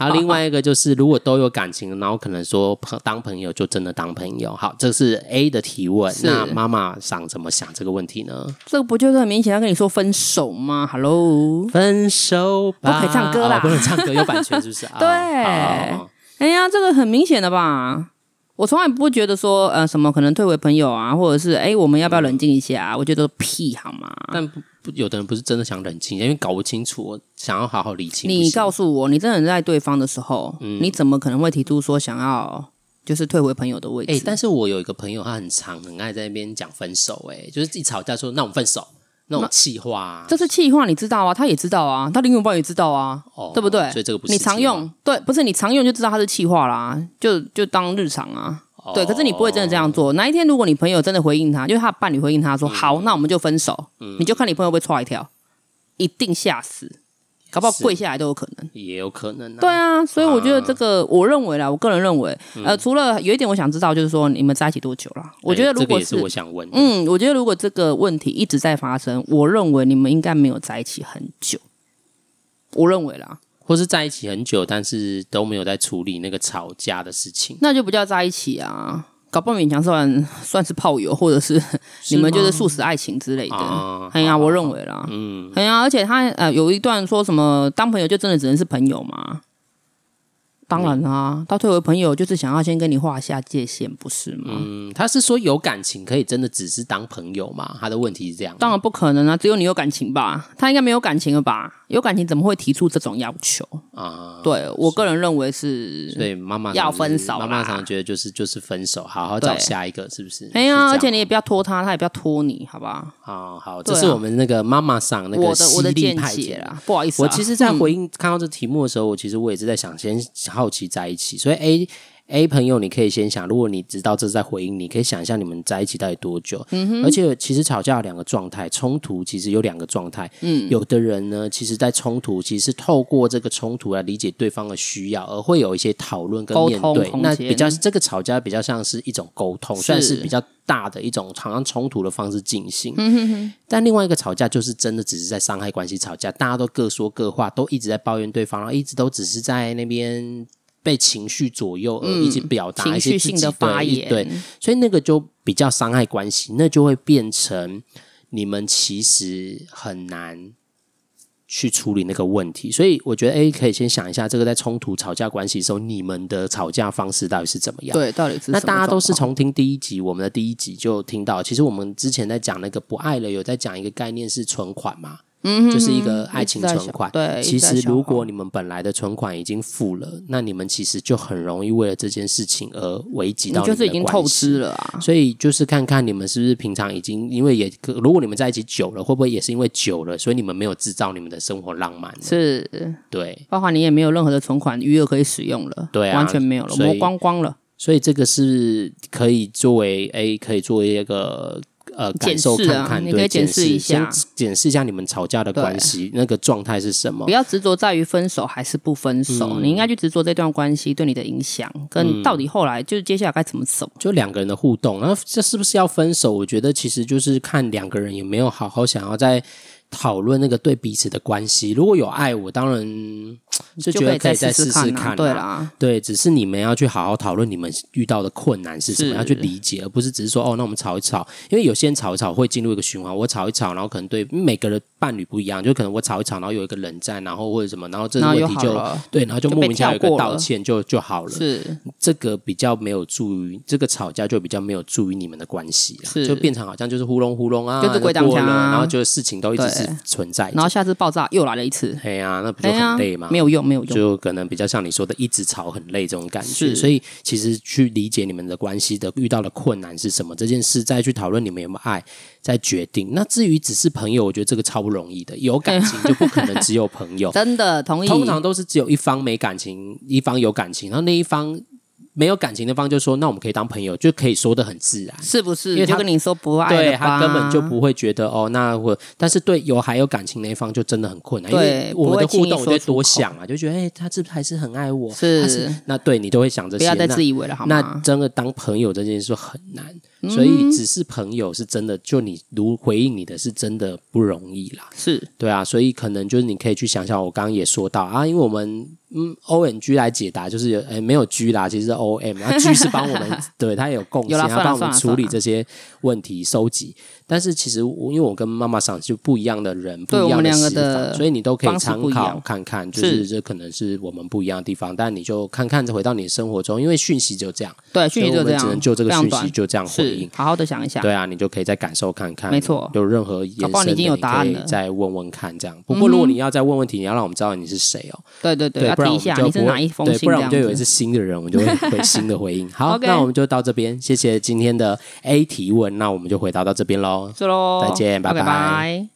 [SPEAKER 1] 然后另外一个就是，如果都有感情，然后可能说朋当朋友就真的当朋友。好，这是 A 的提问。
[SPEAKER 2] 是
[SPEAKER 1] 那妈妈想怎么想这个问题呢？
[SPEAKER 2] (laughs) 这个不就是很明显要跟你说分手吗？Hello，
[SPEAKER 1] 分手吧，
[SPEAKER 2] 不可以唱歌啦
[SPEAKER 1] 哦不能唱歌，有版权是不
[SPEAKER 2] (laughs)
[SPEAKER 1] 是？哦
[SPEAKER 2] 对
[SPEAKER 1] 好好好
[SPEAKER 2] 哎呀，这个很明显的吧？我从来不会觉得说，呃，什么可能退为朋友啊，或者是哎，我们要不要冷静一
[SPEAKER 1] 嗯
[SPEAKER 2] 下、啊？我觉得屁好吗？
[SPEAKER 1] 但不不，有的人不是真的想冷静，因为搞不清楚，想要好好理清。
[SPEAKER 2] 你告
[SPEAKER 1] 诉
[SPEAKER 2] 诉我，你真的很爱对方的时候，
[SPEAKER 1] 嗯
[SPEAKER 2] 你怎么可能会提出说想要就是退回朋友的位置？
[SPEAKER 1] 哎、但是我有一个朋友，他很常很爱在那边讲分手、哎，就是一吵架说那我们分手，那种气话、啊，
[SPEAKER 2] 这是气话，你知道啊，他也知道啊，他另一半也知道啊，
[SPEAKER 1] 哦
[SPEAKER 2] 对不对？
[SPEAKER 1] 所以这个不是
[SPEAKER 2] 你
[SPEAKER 1] 气话
[SPEAKER 2] 常用，对，不是你常用就知道他是气话啦，就就当日常啊。
[SPEAKER 1] 哦
[SPEAKER 2] 对，可是你不会真的这样做。哪一天如果你朋友真的回应他，就是他的伴侣回应
[SPEAKER 1] 嗯
[SPEAKER 2] 他说：“好，那我们就分手。你就看你朋友被踹一跳，一定吓死，搞不好
[SPEAKER 1] 是
[SPEAKER 2] 跪下来都有可能。
[SPEAKER 1] 也有可能、啊。
[SPEAKER 2] 对，啊，所以我觉得这个，我认为啦，我个人认为，
[SPEAKER 1] 嗯
[SPEAKER 2] 呃，除了有一点我想知道，就是说你们在一起多久啦？我觉得如
[SPEAKER 1] 哎这个
[SPEAKER 2] 果
[SPEAKER 1] 也是我想问的，
[SPEAKER 2] 嗯，我觉得如果这个问题一直在发生，我认为你们应该没有在一起很久。我认为啦，
[SPEAKER 1] 或是在一起很久，但是都没有在处理那个吵架的事情，
[SPEAKER 2] 那就不叫在一起啊，搞不好勉强算算是炮友，或者是你们就是素食爱情之类
[SPEAKER 1] 啊
[SPEAKER 2] 的。哎呀，我认为啦，
[SPEAKER 1] 嗯，
[SPEAKER 2] 哎呀，而且他呃有一段说什么当朋友就真的只能是朋友吗？当然啦、
[SPEAKER 1] 嗯
[SPEAKER 2] 到退为朋友就是想要先跟你划下界限，不是吗？
[SPEAKER 1] 嗯，他是说有感情可以真的只是当朋友嘛？他的问题是这样，
[SPEAKER 2] 当然不可能啊，只有你有感情吧？他应该没有感情了吧？有感情怎么会提出这种要求？
[SPEAKER 1] 啊，
[SPEAKER 2] 对我个人认为是，
[SPEAKER 1] 所以妈妈
[SPEAKER 2] 要
[SPEAKER 1] 常
[SPEAKER 2] 分
[SPEAKER 1] 是
[SPEAKER 2] 手
[SPEAKER 1] 妈妈
[SPEAKER 2] 啦
[SPEAKER 1] 常觉得就是就是分手，好好找
[SPEAKER 2] 对
[SPEAKER 1] 下一个，是不是？
[SPEAKER 2] 哎
[SPEAKER 1] 是这
[SPEAKER 2] 呀，
[SPEAKER 1] 样
[SPEAKER 2] 而且你也不要拖他，他也不要拖你，好吧？
[SPEAKER 1] 好好，这
[SPEAKER 2] 对啊
[SPEAKER 1] 是我们那个妈妈上那个
[SPEAKER 2] 我的我的
[SPEAKER 1] 犀利
[SPEAKER 2] 见
[SPEAKER 1] 派
[SPEAKER 2] 解
[SPEAKER 1] 遣
[SPEAKER 2] 啦，不好意思、啊， (laughs)
[SPEAKER 1] 我其实，在回应看到这题目的时候，我其实我也是在想，先好奇在一起。所以
[SPEAKER 2] 嗯
[SPEAKER 1] A A 朋友，你可以先想，如果你知道这是在回应，你可以想一下你们在一起到底多久。
[SPEAKER 2] 嗯
[SPEAKER 1] 而且其实吵架有两个状态，冲突其实有两个状态。嗯，有的人呢，其实在冲突，其实透过这个冲突来理解对方的需要，而会有一些讨论跟
[SPEAKER 2] 沟
[SPEAKER 1] 面
[SPEAKER 2] 通
[SPEAKER 1] 对。
[SPEAKER 2] 空
[SPEAKER 1] 那
[SPEAKER 2] 间
[SPEAKER 1] 比较这个吵架比较像是一种沟通，算是
[SPEAKER 2] 是
[SPEAKER 1] 比较大的一种好像冲突的方式进行。但另外一个吵架就是真的只是在伤害关系吵架，大家都各说各话，都一直在抱怨对方，然后一直都只是在那边被情绪左右而一直表达
[SPEAKER 2] 嗯情
[SPEAKER 1] 一些
[SPEAKER 2] 绪
[SPEAKER 1] 自
[SPEAKER 2] 性
[SPEAKER 1] 己
[SPEAKER 2] 的发
[SPEAKER 1] 一
[SPEAKER 2] 言，
[SPEAKER 1] 对，所以那个就比较伤害关系，那就会变成你们其实很难去处理那个问题。所以我觉得，哎，可以先想一下，这个在冲突吵架关系的时候，你们的吵架方式到底是怎么样？
[SPEAKER 2] 对，到底是
[SPEAKER 1] 那
[SPEAKER 2] 什么
[SPEAKER 1] 大家都是
[SPEAKER 2] 状况
[SPEAKER 1] 从听第一集，我们的第一集就听到，其实我们之前在讲那个不爱了，有在讲一个概念是存款嘛，嗯就是一个爱情存款。
[SPEAKER 2] 一直在想对
[SPEAKER 1] 其
[SPEAKER 2] 一直在
[SPEAKER 1] 实
[SPEAKER 2] 想嗯
[SPEAKER 1] 如果你们本来的存款已经付了，那你们其实就很容易为了这件事情而危及到
[SPEAKER 2] 你就是已
[SPEAKER 1] 们的
[SPEAKER 2] 经
[SPEAKER 1] 关
[SPEAKER 2] 透
[SPEAKER 1] 系
[SPEAKER 2] 支了啊，
[SPEAKER 1] 所以就是看看你们是不是平常已经，因为也如果你们在一起久了，会不会也是因为久了，所以你们没有制造你们的生活浪漫呢？
[SPEAKER 2] 是，
[SPEAKER 1] 对，
[SPEAKER 2] 包括你也没有任何的存款余额可以使用了，
[SPEAKER 1] 对啊
[SPEAKER 2] 完全没有了，
[SPEAKER 1] 所以
[SPEAKER 2] 磨光光了，
[SPEAKER 1] 所以这个是可以作为 A 可以作为一个呃感
[SPEAKER 2] 检
[SPEAKER 1] 受
[SPEAKER 2] 视
[SPEAKER 1] 看
[SPEAKER 2] 啊
[SPEAKER 1] 看，
[SPEAKER 2] 你
[SPEAKER 1] 对
[SPEAKER 2] 可以
[SPEAKER 1] 检
[SPEAKER 2] 检视一下
[SPEAKER 1] 先检视一下你们吵架的关系那个状态是什么
[SPEAKER 2] 不。要执着在于分手还是不分手，
[SPEAKER 1] 嗯
[SPEAKER 2] 你应该去执着这段关系对你的影响，跟到底后来就是接下来该怎么走。
[SPEAKER 1] 就两个人的互动，那这是不是要分手？我觉得其实就是看两个人有没有好好想要在讨论那个对彼此的关系。如果有爱，我当然就觉
[SPEAKER 2] 可
[SPEAKER 1] 得
[SPEAKER 2] 以再
[SPEAKER 1] 以再
[SPEAKER 2] 试
[SPEAKER 1] 试
[SPEAKER 2] 看
[SPEAKER 1] 看啊
[SPEAKER 2] 对啦，
[SPEAKER 1] 对，只是你们要去好好讨论你们遇到的困难是什么，
[SPEAKER 2] 是
[SPEAKER 1] 要去理解，而不是只是说哦，那我们吵一吵。因为有些人吵一吵会进入一个循环，我吵一吵，然后可能对每个人伴侣不一样，就可能我吵一吵，然后有一个冷战，然后或者什么，然后这个
[SPEAKER 2] 然后又
[SPEAKER 1] 问题
[SPEAKER 2] 好
[SPEAKER 1] 就
[SPEAKER 2] 了，
[SPEAKER 1] 对，然后就
[SPEAKER 2] 就
[SPEAKER 1] 莫
[SPEAKER 2] 被
[SPEAKER 1] 名其妙有一个
[SPEAKER 2] 跳过
[SPEAKER 1] 道
[SPEAKER 2] 了
[SPEAKER 1] 歉就就好了。
[SPEAKER 2] 是
[SPEAKER 1] 这个比较没有助于这个吵架，就比较没有助于你们的关系啦，
[SPEAKER 2] 是
[SPEAKER 1] 就变成好像就是呼隆呼隆啊，
[SPEAKER 2] 就是鬼挡
[SPEAKER 1] 过了
[SPEAKER 2] 墙啊
[SPEAKER 1] 然后就事情都一直是
[SPEAKER 2] 对
[SPEAKER 1] 存在着
[SPEAKER 2] 然后下次爆炸又来了一次，
[SPEAKER 1] 哎呀，那不就
[SPEAKER 2] 对呀，
[SPEAKER 1] 很累吗？
[SPEAKER 2] 没有有用，没有用。
[SPEAKER 1] 就可能比较像你说的，一直吵很累这种感觉。
[SPEAKER 2] 是
[SPEAKER 1] 所以其实去理解你们的关系的遇到的困难是什么，这件事再去讨论你们有没有爱，再决定。那至于只是朋友，我觉得这个超不容易的，有感情就不可能只有朋
[SPEAKER 2] (laughs)
[SPEAKER 1] 友。
[SPEAKER 2] 真的同意。
[SPEAKER 1] 通常都是只有一方没感情，一方有感情，然后那一方没有感情的方就说：“那我们可以当朋友，就可以说的很自然。”
[SPEAKER 2] 是不
[SPEAKER 1] 因
[SPEAKER 2] 是
[SPEAKER 1] 为
[SPEAKER 2] 就
[SPEAKER 1] 他
[SPEAKER 2] 跟你说不爱
[SPEAKER 1] 对
[SPEAKER 2] 了吧
[SPEAKER 1] 他根本就不会觉得哦，那我但是对有还有感情那一方就真的很困难，因为
[SPEAKER 2] 对
[SPEAKER 1] 我们的
[SPEAKER 2] 不会轻
[SPEAKER 1] 互
[SPEAKER 2] 易
[SPEAKER 1] 动我就
[SPEAKER 2] 说
[SPEAKER 1] 会
[SPEAKER 2] 出
[SPEAKER 1] 多想啊，就觉得哎、他是不是还是很爱我？
[SPEAKER 2] 是
[SPEAKER 1] 他是那对你都会想这
[SPEAKER 2] 不
[SPEAKER 1] 些，
[SPEAKER 2] 要再
[SPEAKER 1] 那
[SPEAKER 2] 自以为了好
[SPEAKER 1] 那
[SPEAKER 2] 吗？
[SPEAKER 1] 真的当朋友这件事很难，
[SPEAKER 2] 嗯
[SPEAKER 1] 所以只是朋友是真的，就你如回应你的是真的不容易啦。
[SPEAKER 2] 是
[SPEAKER 1] 对啊，所以可能就是你可以去想想，我刚刚也说到啊，因为我们嗯 O N G 来解答，就是有诶没有 G 啦，其实是 O M，然后 G 是帮我
[SPEAKER 2] (laughs)
[SPEAKER 1] 们对他有贡献，
[SPEAKER 2] 有啦
[SPEAKER 1] 他帮我们
[SPEAKER 2] 算了
[SPEAKER 1] 处
[SPEAKER 2] 算
[SPEAKER 1] 理
[SPEAKER 2] 了
[SPEAKER 1] 这些问题收集。但是其实我因为我跟妈妈桑就不一样的人，不
[SPEAKER 2] 对
[SPEAKER 1] 一
[SPEAKER 2] 我
[SPEAKER 1] 样
[SPEAKER 2] 们两
[SPEAKER 1] 死
[SPEAKER 2] 个
[SPEAKER 1] 法，
[SPEAKER 2] 的
[SPEAKER 1] 所以你都可以
[SPEAKER 2] 方式
[SPEAKER 1] 参
[SPEAKER 2] 不一
[SPEAKER 1] 考
[SPEAKER 2] 样
[SPEAKER 1] 看看，就是是这可能是我们不一样的地方，但你就看看回到你的生活中，因为讯息就这样，
[SPEAKER 2] 对，讯
[SPEAKER 1] 所以
[SPEAKER 2] 息就
[SPEAKER 1] 我
[SPEAKER 2] 这
[SPEAKER 1] 们
[SPEAKER 2] 样，
[SPEAKER 1] 只能就这个
[SPEAKER 2] 非常
[SPEAKER 1] 讯
[SPEAKER 2] 短
[SPEAKER 1] 息就这样回应
[SPEAKER 2] 是。好好的想一想。
[SPEAKER 1] 对啊，你就可以再感受看看，
[SPEAKER 2] 没错
[SPEAKER 1] 有任何延
[SPEAKER 2] 搞
[SPEAKER 1] 伸
[SPEAKER 2] 不好
[SPEAKER 1] 的，
[SPEAKER 2] 你已经有答案
[SPEAKER 1] 你
[SPEAKER 2] 了嗯
[SPEAKER 1] 可以再问问看这样。不过如果你要再问问题，你要让我们知道你是谁哦，
[SPEAKER 2] 对对对，
[SPEAKER 1] 对，
[SPEAKER 2] 要
[SPEAKER 1] 不然我
[SPEAKER 2] 提一
[SPEAKER 1] 们
[SPEAKER 2] 下
[SPEAKER 1] 就
[SPEAKER 2] 你是
[SPEAKER 1] 不
[SPEAKER 2] 哪
[SPEAKER 1] 会
[SPEAKER 2] 一，封
[SPEAKER 1] 对，
[SPEAKER 2] 信
[SPEAKER 1] 不
[SPEAKER 2] 这
[SPEAKER 1] 然我们
[SPEAKER 2] 样
[SPEAKER 1] 就以为
[SPEAKER 2] 子
[SPEAKER 1] 是。新的人，我们就会回新的回应。好，
[SPEAKER 2] (laughs) OK
[SPEAKER 1] 那我们就到这边，谢谢今天的 A 提问，那我们就回答到这边喽。
[SPEAKER 2] 是喽，
[SPEAKER 1] 再见拜
[SPEAKER 2] OK，
[SPEAKER 1] 拜
[SPEAKER 2] 拜。